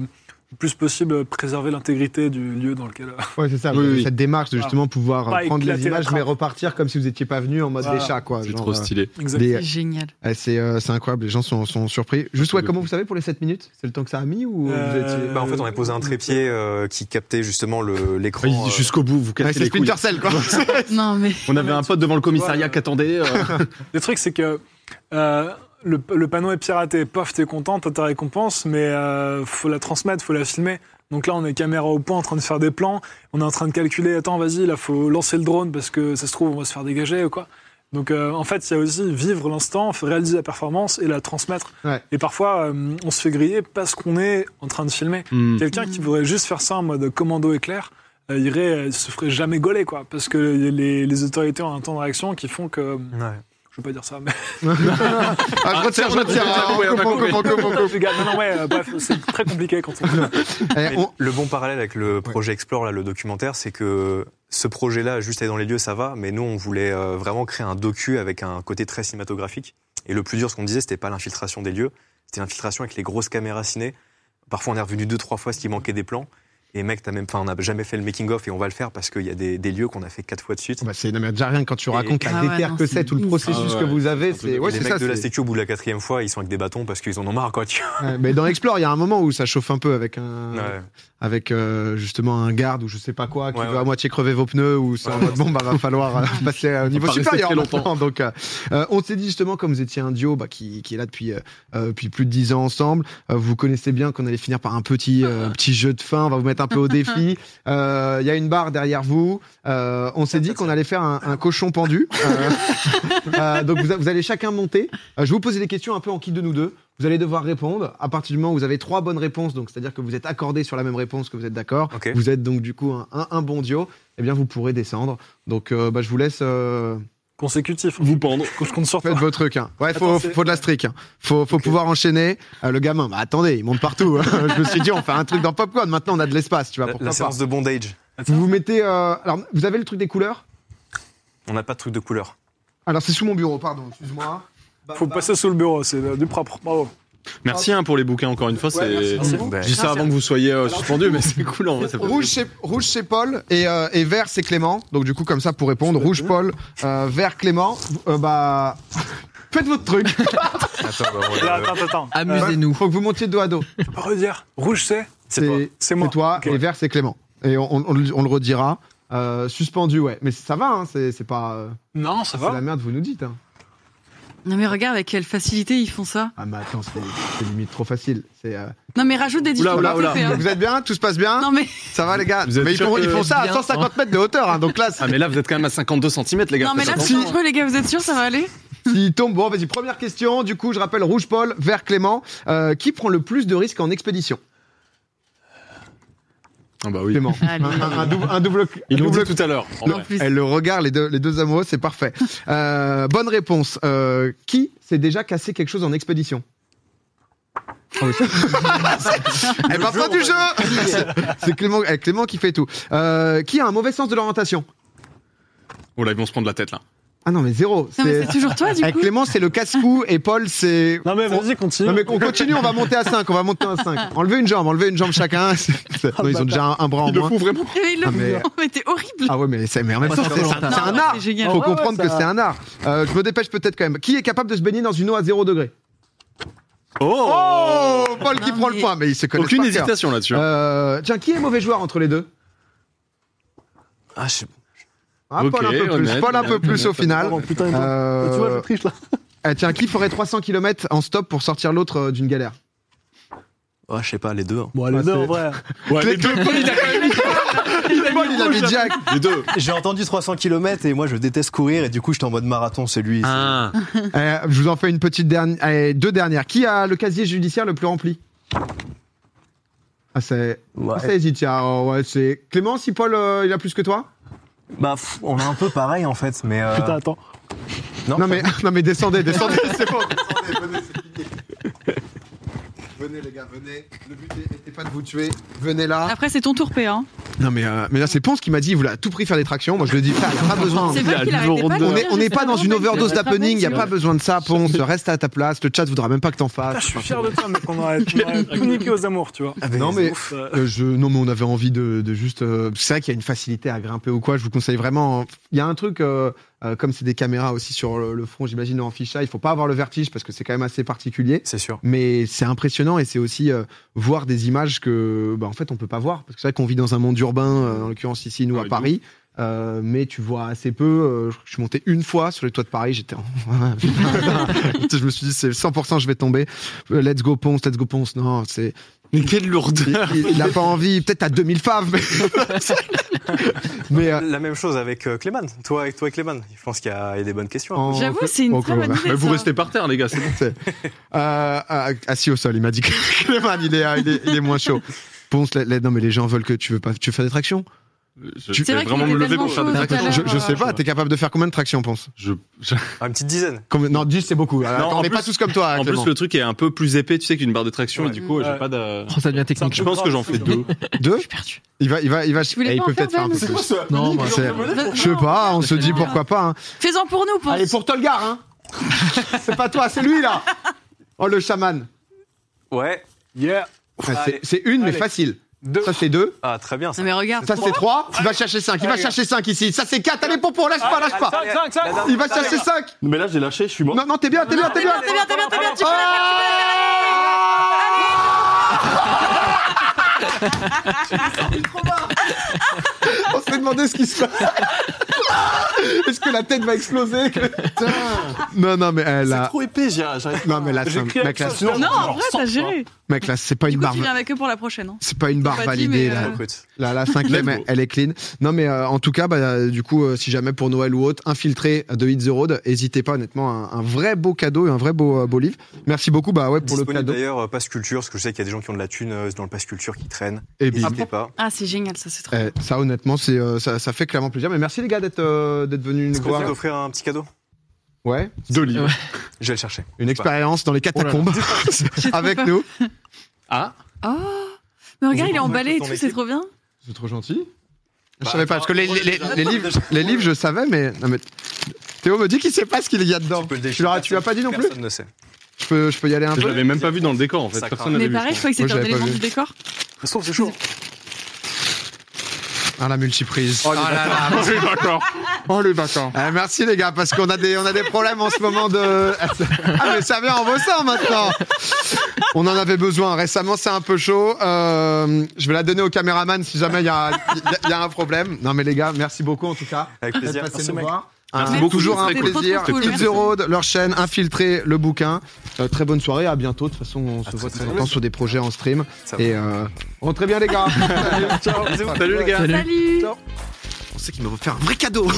Speaker 5: le plus possible préserver l'intégrité du lieu dans lequel. euh,
Speaker 1: Ouais, c'est ça.
Speaker 4: Oui,
Speaker 1: vous avez
Speaker 4: oui.
Speaker 1: Cette démarche de
Speaker 5: Voilà.
Speaker 1: justement pouvoir
Speaker 5: Pas
Speaker 1: euh, prendre les
Speaker 5: éclater la
Speaker 1: images,
Speaker 5: trappe.
Speaker 1: mais repartir comme si vous n'étiez pas venu en mode
Speaker 5: Voilà.
Speaker 1: des chats, quoi.
Speaker 4: C'est
Speaker 1: Genre,
Speaker 4: trop stylé.
Speaker 1: euh,
Speaker 5: exact.
Speaker 1: des-
Speaker 3: génial.
Speaker 1: euh, C'est euh, c'est incroyable, les gens sont, sont surpris. Juste, ouais,
Speaker 4: de
Speaker 1: comment vous savez pour les 7 minutes C'est le temps que ça a mis ou vous
Speaker 5: Euh,
Speaker 1: étiez.
Speaker 2: Bah, en fait, on a posé un trépied euh, qui captait justement le- l'écran. euh,
Speaker 4: Jusqu'au bout, vous
Speaker 1: Ouais,
Speaker 4: cassez
Speaker 1: c'est
Speaker 4: les couilles.
Speaker 1: Splinter Cell, quoi.
Speaker 3: Non, mais.
Speaker 4: On avait un pote devant le commissariat
Speaker 5: Ouais.
Speaker 4: qui attendait. euh,
Speaker 5: Le truc, c'est que euh, le, le panneau est piraté. Pof, t'es content, t'as ta récompense, mais euh, faut la transmettre, faut la filmer. Donc là, on est caméra au point, en train de faire des plans. On est en train de calculer. Attends, vas-y, là, faut lancer le drone parce que ça se trouve, on va se faire dégager ou quoi. Donc euh, en fait, il y a aussi vivre l'instant, faut réaliser la performance et la transmettre.
Speaker 1: Ouais.
Speaker 5: Et parfois, euh, on se fait griller parce qu'on est en train de filmer.
Speaker 4: hmm.
Speaker 5: Quelqu'un qui voudrait juste faire ça en mode commando éclair, euh, irait, euh, se ferait jamais gauler quoi, parce que les, les autorités ont un temps de réaction qui font que, euh,
Speaker 2: ouais.
Speaker 5: je veux pas dire ça, mais
Speaker 1: Ah, je retire, je retire.
Speaker 4: Ah, ouais,
Speaker 1: on
Speaker 4: on a
Speaker 1: coupe, on
Speaker 4: compris.
Speaker 1: coupe, on coupe, on coupe.
Speaker 5: Les gars, non, non, ouais, euh, bref, c'est très compliqué quand on.
Speaker 1: Eh,
Speaker 2: Mais
Speaker 1: on-
Speaker 2: Le bon parallèle avec le projet Explore, là, le documentaire, c'est que ce projet-là, juste aller dans les lieux, ça va, mais nous, on voulait euh, vraiment créer un docu avec un côté très cinématographique. Et le plus dur, ce qu'on disait, c'était pas l'infiltration des lieux, c'était l'infiltration avec les grosses caméras ciné. Parfois, on est revenu deux, trois fois, ce qui manquait des plans. Et mec, t'as même, enfin, on n'a jamais fait le making of et on va le faire parce qu'il y a des, des lieux qu'on a fait quatre fois de suite.
Speaker 1: Bah, c'est non, mais déjà rien quand tu racontes
Speaker 3: Ah
Speaker 1: la
Speaker 3: ouais,
Speaker 1: déterre
Speaker 3: non,
Speaker 1: que
Speaker 3: c'est
Speaker 1: c'est, tout le
Speaker 3: ouf.
Speaker 1: processus
Speaker 7: Ah
Speaker 1: que
Speaker 7: ouais.
Speaker 1: vous avez.
Speaker 7: C'est un peu
Speaker 1: C'est ouais,
Speaker 2: les
Speaker 1: c'est
Speaker 2: mecs
Speaker 1: ça.
Speaker 2: de la
Speaker 1: c'est-
Speaker 2: sécu au bout de la quatrième fois, ils sont avec des bâtons parce qu'ils en ont marre quoi. Tu... vois.
Speaker 1: Ouais, mais dans Explore, il y a un moment où ça chauffe un peu avec un,
Speaker 2: Ouais.
Speaker 1: avec euh, justement un garde ou je sais pas quoi qui
Speaker 2: Ouais,
Speaker 1: veut
Speaker 2: ouais.
Speaker 1: à moitié crever vos pneus ou c'est en mode bon bah va falloir euh, passer au niveau
Speaker 7: pas rester
Speaker 1: supérieur
Speaker 7: très longtemps.
Speaker 1: maintenant. donc euh, euh, on s'est dit justement comme vous étiez un duo bah, qui, qui est là depuis euh, euh, depuis plus de 10 ans ensemble euh, vous connaissez bien qu'on allait finir par un petit euh, petit jeu de fin on va vous mettre un peu au défi Euh, il y a une barre derrière vous Euh, on s'est dit qu'on allait faire un, un cochon pendu Euh, euh, donc vous, a- vous allez chacun monter Euh, je vais vous poser des questions un peu en kit de nous deux vous allez devoir répondre à partir du moment où vous avez trois bonnes réponses, donc c'est-à-dire que vous êtes accordé sur la même réponse, que vous êtes d'accord.
Speaker 2: Ok.
Speaker 1: Vous êtes donc du coup un, un, un bon duo. Eh bien, vous pourrez descendre. Donc, euh, bah, je vous laisse. euh,
Speaker 5: Consécutif.
Speaker 7: Vous pendre.
Speaker 5: Faut que je compte sur toi.
Speaker 1: faites vos trucs. Hein. Ouais, faut,
Speaker 5: Attends, c'est-
Speaker 1: faut de la strict. Hein. Faut, faut pouvoir enchaîner. Euh, le gamin, bah attendez, il monte partout. hein. je me suis dit, on fait un truc dans Popcorn. Maintenant, on a de l'espace, tu vois.
Speaker 2: La,
Speaker 1: pourquoi
Speaker 2: la
Speaker 1: pas.
Speaker 2: séance de bondage.
Speaker 1: Vous vous mettez. euh, alors, vous avez le truc des couleurs
Speaker 2: On n'a pas de truc de couleur.
Speaker 1: Alors, c'est sous mon bureau, pardon. Excuse-moi. Bah,
Speaker 5: Faut
Speaker 1: bah,
Speaker 5: passer sous le bureau, c'est euh, du propre. Bravo.
Speaker 4: Merci hein, pour les bouquins, encore une fois.
Speaker 5: Ouais,
Speaker 4: c'est...
Speaker 5: merci.
Speaker 2: Ben,
Speaker 4: Je dis ça
Speaker 3: Merci.
Speaker 4: avant que vous soyez euh, suspendu, mais c'est cool. En vrai, ça fait-
Speaker 1: Bah, Rouge c'est rouge c'est Paul et, euh, et vert c'est Clément. Donc du coup comme ça pour répondre rouge Paul, euh, vert Clément. Euh, bah faites votre truc.
Speaker 2: attends, bah, on va-
Speaker 5: Là, attends, attends. Euh,
Speaker 6: Amusez-nous.
Speaker 1: Faut que vous montiez dos à dos.
Speaker 5: tu peux redire. Rouge, c'est
Speaker 2: c'est toi.
Speaker 5: C'est moi.
Speaker 1: toi
Speaker 5: Ok.
Speaker 1: et vert c'est Clément. Et on, on- on le- on le redira. Euh, suspendu ouais. Mais ça va hein, c'est c'est pas euh,
Speaker 5: Non, ça
Speaker 1: c'est
Speaker 5: va.
Speaker 1: la merde vous nous dites. hein.
Speaker 3: Non mais regarde avec quelle facilité ils font ça.
Speaker 1: Ah mais attends c'est c'est limite trop facile. C'est euh,
Speaker 3: Non mais rajoute des
Speaker 4: Oula,
Speaker 3: difficultés.
Speaker 4: oula, oula.
Speaker 3: fais, hein.
Speaker 1: Vous êtes bien tout se passe bien
Speaker 3: Non mais
Speaker 1: ça va les gars.
Speaker 4: Vous êtes
Speaker 1: Mais ils
Speaker 4: sûr
Speaker 1: font,
Speaker 4: que-
Speaker 1: ils font ça à
Speaker 6: Bien,
Speaker 1: 150 mètres de hauteur hein, donc là.
Speaker 4: Ah, mais là, vous êtes quand même à 52 cm, les gars.
Speaker 3: non mais
Speaker 4: faites
Speaker 3: là
Speaker 4: attention.
Speaker 3: c'est dangereux les gars. Vous êtes sûrs ça va aller
Speaker 1: S'il tombe, bon, vas-y, première question. Du coup, je rappelle Rouge Paul, Vert Clément. Euh, qui prend le plus de risques en expédition
Speaker 4: Ah, bah oui.
Speaker 1: Clément. Un,
Speaker 3: Allez.
Speaker 1: un- un double, un double-
Speaker 4: Ils l'ont
Speaker 1: double-
Speaker 4: dit tout à l'heure. en
Speaker 3: Non,
Speaker 4: vrai.
Speaker 3: plus.
Speaker 1: Eh, le regard, les deux, les deux amoureux, c'est parfait. Euh, bonne réponse. Euh, qui s'est déjà cassé quelque chose en expédition Oh oui. Eh ben, fin du jeu C'est Clément, eh, Clément qui fait tout. Euh, qui a un mauvais sens de l'orientation
Speaker 4: Oh là, ils vont se prendre la tête, là.
Speaker 1: Ah non, mais zéro.
Speaker 3: Non mais
Speaker 1: C'est-
Speaker 3: c'est toujours toi du
Speaker 1: Eh,
Speaker 3: coup.
Speaker 1: Clément, c'est le casse-cou et Paul, c'est.
Speaker 5: Non, mais vas-y, continue.
Speaker 1: Non mais on continue, on va monter à 5, on va monter à 5. Enlevez une jambe, enlevez une jambe chacun. C'est- c'est- Non, ils ont déjà un, un bras en
Speaker 4: Ils le
Speaker 1: moins.
Speaker 4: font vraiment.
Speaker 3: Eh, ils le
Speaker 1: Ah, mais-
Speaker 3: font. Mais t'es horrible.
Speaker 1: Ah ouais, mais, c'est- mais en même temps, c'est c'est un, c'est un art.
Speaker 3: C'est génial.
Speaker 1: Faut
Speaker 5: Ouais, ouais,
Speaker 1: comprendre
Speaker 5: ça-
Speaker 1: que c'est un art. Euh, je me dépêche peut-être quand même. Qui est capable de se baigner dans une eau à 0 degré
Speaker 4: Oh,
Speaker 1: Oh, Paul qui
Speaker 3: Non,
Speaker 1: prend le
Speaker 3: mais-
Speaker 1: point, mais il se connaît Euh,
Speaker 4: Aucune hésitation là-dessus. hein.
Speaker 1: tiens, qui est mauvais joueur entre les deux
Speaker 2: Ah, je-
Speaker 1: Ah, Paul un
Speaker 4: Ok,
Speaker 1: peu plus,
Speaker 4: honnête.
Speaker 1: Paul un peu plus au final.
Speaker 7: Oh, putain,
Speaker 1: Euh,
Speaker 7: tu vois, je triche là.
Speaker 1: eh, tiens, qui ferait 300 km en stop pour sortir l'autre euh, d'une galère
Speaker 2: ouais, je sais pas, les deux. hein.
Speaker 7: Bon, allez,
Speaker 1: Ah,
Speaker 7: non, en
Speaker 1: c'est-
Speaker 7: vrai.
Speaker 4: Ouais, les deux, Paul, il a quand même-
Speaker 1: Paul, il a mis Jack.
Speaker 4: Les deux.
Speaker 7: J'ai entendu 300 km et moi, je déteste courir et du coup, j'étais en mode marathon, c'est lui. c'est-
Speaker 2: Ah,
Speaker 1: Eh, je vous en fais une petite dernière, eh, deux dernières. Qui a le casier judiciaire le plus rempli Ah, c'est.
Speaker 7: Ouais.
Speaker 1: Ça hésite, tiens. Oh, ouais, c'est. Clément, si Paul, euh, il a plus que toi
Speaker 2: bah, pff, on est un peu pareil en fait, mais. euh,
Speaker 7: Putain, attends.
Speaker 1: ah,
Speaker 2: non,
Speaker 1: Non, mais, non, mais descendez, descendez, c'est bon. Descendez, venez, c'est fini. Venez, les gars, venez. Le but n'était pas de vous tuer. Venez là.
Speaker 3: Après c'est ton tour P. Hein.
Speaker 1: Non, mais, euh, mais là, c'est Ponce qui m'a dit il voulait à tout prix faire des tractions. Moi, je le dis, frère, Oh, il n'y a pas besoin.
Speaker 3: C'est
Speaker 4: Il a
Speaker 3: vrai qu'il
Speaker 4: le
Speaker 3: arrêtait pas. de
Speaker 4: rondeur.
Speaker 1: On
Speaker 3: dire,
Speaker 1: est- on n'est pas
Speaker 3: j'étais
Speaker 1: dans une
Speaker 3: vraiment
Speaker 1: overdose
Speaker 3: bête.
Speaker 1: d'happening, il n'y a pas besoin de ça, Ponce. Reste à ta place, le chat voudra même pas que t'en
Speaker 5: Ah,
Speaker 1: fasses.
Speaker 5: je suis fier de toi, mais qu'on aurait qu'on aurait tout niqué aux amours, tu vois.
Speaker 2: Ah, mais
Speaker 1: Non, mais-
Speaker 5: Ouf, euh,
Speaker 1: Euh, je, non, mais on avait envie de, de juste. euh, c'est vrai qu'il y a une facilité à grimper ou quoi. Je vous conseille vraiment. Il y a un truc, euh, euh, comme c'est des caméras aussi sur le, le front, j'imagine, en ficha, il faut pas avoir le vertige parce que c'est quand même assez particulier.
Speaker 2: C'est sûr.
Speaker 1: Mais c'est impressionnant et c'est aussi euh, voir des images que, bah, en fait, on peut pas voir. Parce que c'est vrai qu'on vit dans un monde urbain, euh, en l'occurrence ici, nous,
Speaker 4: Ah,
Speaker 1: à
Speaker 4: mais
Speaker 1: Paris. Euh, mais tu vois assez peu. euh, je- je suis monté une fois sur les toits de Paris, j'étais en. Ah, je me suis dit, c'est 100%, je vais tomber. Euh, Let's go, Ponce, let's go, Ponce. Non, c'est.
Speaker 4: Mais quelle
Speaker 1: Il-
Speaker 4: lourdeur.
Speaker 1: il n'a pas envie, peut-être à 2000 faves. Mais, mais, euh,
Speaker 2: La même chose avec euh, Clément. Toi, avec toi et Clément. Je pense qu'il y, a il y a des bonnes questions.
Speaker 1: en-
Speaker 2: hein.
Speaker 3: J'avoue c'est une
Speaker 1: en-
Speaker 3: très bonne idée.
Speaker 4: Mais vous
Speaker 3: ça.
Speaker 4: restez par terre, les gars. c'est bon.
Speaker 1: Euh, euh, assis au sol, il m'a dit que Clément, il est, euh, il est, il est moins chaud. Ponce, la- la- non mais les gens veulent que tu veux pas, tu veux faire des tractions
Speaker 4: Je
Speaker 3: C'est
Speaker 4: vais
Speaker 3: vrai qu'il
Speaker 4: vraiment
Speaker 3: était
Speaker 4: me lever
Speaker 3: tellement
Speaker 4: pour faire des
Speaker 3: chaud.
Speaker 4: tractions.
Speaker 1: je, je sais
Speaker 3: euh,
Speaker 1: pas, t'es capable de faire combien de tractions, Ponce
Speaker 4: Je- je-
Speaker 2: Ah, une petite dizaine.
Speaker 1: Combien- Non, 10 c'est beaucoup. Alors,
Speaker 4: en
Speaker 1: on n'est
Speaker 4: plus-
Speaker 1: pas tous comme toi, hein,
Speaker 4: Ah, En
Speaker 1: Clément.
Speaker 4: plus, le truc est un peu plus épais, tu sais, qu'une barre de traction,
Speaker 5: Ouais.
Speaker 4: et du coup, j'ai
Speaker 5: Ouais.
Speaker 4: pas de.
Speaker 6: Oh, ça devient
Speaker 5: c'est un
Speaker 6: technique.
Speaker 4: Je pense que j'en fais deux.
Speaker 1: Deux
Speaker 3: Je suis perdue.
Speaker 1: Il va, il va, il va.
Speaker 3: voulais
Speaker 1: eh, il
Speaker 3: pas
Speaker 1: peut
Speaker 3: en faire,
Speaker 1: peut-être faire un peu
Speaker 3: Ben,
Speaker 1: plus.
Speaker 6: Non, moi,
Speaker 1: c'est-
Speaker 3: Ben,
Speaker 1: Je sais
Speaker 3: non,
Speaker 1: pas, on se
Speaker 3: fais-en.
Speaker 1: dit pourquoi pas. hein.
Speaker 3: Fais-en pour nous Ponce.
Speaker 1: Allez pour Tolgar, hein. C'est pas toi, c'est lui là. Oh le chaman.
Speaker 2: Ouais.
Speaker 5: Yeah.
Speaker 1: Ouais, c'est-
Speaker 2: Allez.
Speaker 1: C'est une mais
Speaker 5: Allez.
Speaker 1: facile.
Speaker 5: Deux.
Speaker 1: Ça, c'est 2.
Speaker 2: Ah, très bien. Ça.
Speaker 3: Non, mais regarde.
Speaker 1: Ça, c'est 3. Il va chercher 5. Il va chercher 5 ici. Ça, c'est 4. Allez, Pompon, Ah, lâche pas, lâche pas.
Speaker 5: Cinq, cinq, cinq.
Speaker 1: Il va chercher 5.
Speaker 8: Mais là, j'ai lâché, je suis mort.
Speaker 1: Non, non, t'es bien, t'es bien, t'es
Speaker 3: T'es bien,
Speaker 1: bien.
Speaker 3: t'es bien, t'es bien, t'es bien, tu peux la faire, tu peux
Speaker 1: Ah.
Speaker 3: la faire.
Speaker 1: On s'est demandé ce qui se passe. Est-ce que la tête va exploser Non, non, mais euh,
Speaker 8: C'est
Speaker 1: la...
Speaker 8: trop épais, j'ai j'arrive
Speaker 1: Non, mais là,
Speaker 8: J'ai
Speaker 1: c'est un-
Speaker 8: crié
Speaker 1: mec,
Speaker 8: avec
Speaker 1: là,
Speaker 8: ça, je
Speaker 3: Non, en
Speaker 8: genre,
Speaker 3: vrai, t'as
Speaker 8: sors,
Speaker 3: géré.
Speaker 1: mec, là, c'est pas
Speaker 3: Du
Speaker 1: une
Speaker 3: coup,
Speaker 1: barre.
Speaker 3: tu viens avec eux pour la prochaine. hein.
Speaker 1: C'est pas une barre
Speaker 3: pas dit,
Speaker 1: validée
Speaker 3: mais,
Speaker 1: là.
Speaker 3: euh,
Speaker 2: Recrute.
Speaker 1: La, la cinquième,
Speaker 4: Let's go.
Speaker 1: elle, elle est clean. Non, mais euh, en tout cas, bah, euh, du coup, euh, si jamais pour Noël ou autre, infiltré de Hit the Road, n'hésitez pas, honnêtement, un, un vrai beau cadeau et un vrai beau, euh, beau livre. Merci beaucoup bah, ouais, pour le
Speaker 2: Disponible
Speaker 1: cadeau.
Speaker 2: d'ailleurs euh, Passe Culture, parce que je sais qu'il y a des gens qui ont de la thune euh, dans le Passe Culture qui traînent.
Speaker 1: Et bim.
Speaker 2: N'hésitez pas.
Speaker 3: Ah, c'est génial, ça, c'est trop.
Speaker 1: Eh, ça, honnêtement, c'est euh, ça, ça fait clairement plaisir. Mais merci les gars d'être euh, d'être venus
Speaker 2: Est-ce
Speaker 1: nous
Speaker 2: qu'on peut
Speaker 1: voir.
Speaker 2: t'offrir un petit cadeau
Speaker 1: Ouais,
Speaker 4: Deux livres.
Speaker 2: Je vais le chercher.
Speaker 1: une expérience dans les
Speaker 2: Oh
Speaker 1: catacombes avec
Speaker 3: peur.
Speaker 1: nous.
Speaker 4: Ah,
Speaker 3: Oh Mais regarde,
Speaker 2: On
Speaker 3: il est
Speaker 2: voit
Speaker 3: emballé et
Speaker 2: ton
Speaker 3: tout,
Speaker 2: équipe.
Speaker 3: c'est trop bien.
Speaker 1: C'est trop gentil. Je
Speaker 2: Bah,
Speaker 1: savais pas parce que les, les- les- les livres, les livres, je savais, mais, non, mais Théo me dit qu'il sait pas ce qu'il y a dedans.
Speaker 2: Tu peux le
Speaker 1: Tu,
Speaker 2: déchirer.
Speaker 1: l'auras- tu l'as pas dit non plus.
Speaker 2: Personne ne sait.
Speaker 1: Je peux, je peux y aller un
Speaker 4: je
Speaker 1: peu.
Speaker 4: l'avais même pas vu dans le décor en fait.
Speaker 2: Ça
Speaker 4: Personne
Speaker 2: craint.
Speaker 4: n'avait
Speaker 3: Mais
Speaker 4: vu.
Speaker 3: pareil, je crois que
Speaker 1: Moi,
Speaker 3: c'était un
Speaker 1: j'avais pas
Speaker 3: élément
Speaker 1: vu.
Speaker 3: du décor.
Speaker 2: Sauf c'est chaud.
Speaker 1: Ah la multiprise.
Speaker 4: Oh, les vacances. Oh, les vacances. Oh, les vacances.
Speaker 1: Ah, merci les gars, parce qu'on a des, on a des problèmes en ce moment de. Ah mais ça vient en bossant maintenant. On en avait besoin. Récemment, c'est un peu chaud. Euh, je vais la donner au caméraman si jamais il y a, il y a un problème. Non mais les gars, merci beaucoup en tout cas.
Speaker 2: Avec
Speaker 1: d'être
Speaker 2: plaisir.
Speaker 1: passés
Speaker 2: Merci,
Speaker 1: nous
Speaker 2: mec.
Speaker 1: voir.
Speaker 4: Merci
Speaker 1: Un-
Speaker 4: beaucoup,
Speaker 1: toujours un
Speaker 4: c'était cool.
Speaker 1: plaisir.
Speaker 3: C'était trop, trop
Speaker 1: Kids
Speaker 3: cool.
Speaker 1: Road, leur chaîne, Infiltré, le bouquin. Euh, très bonne soirée, à bientôt. De toute façon, on se voit de temps en temps sur des projets en stream.
Speaker 2: Ça va.
Speaker 1: Et euh, rentrez bien les gars.
Speaker 2: Ciao, bisous.
Speaker 4: Salut les gars.
Speaker 3: Salut
Speaker 1: On sait qu'ils me vont faire un vrai cadeau.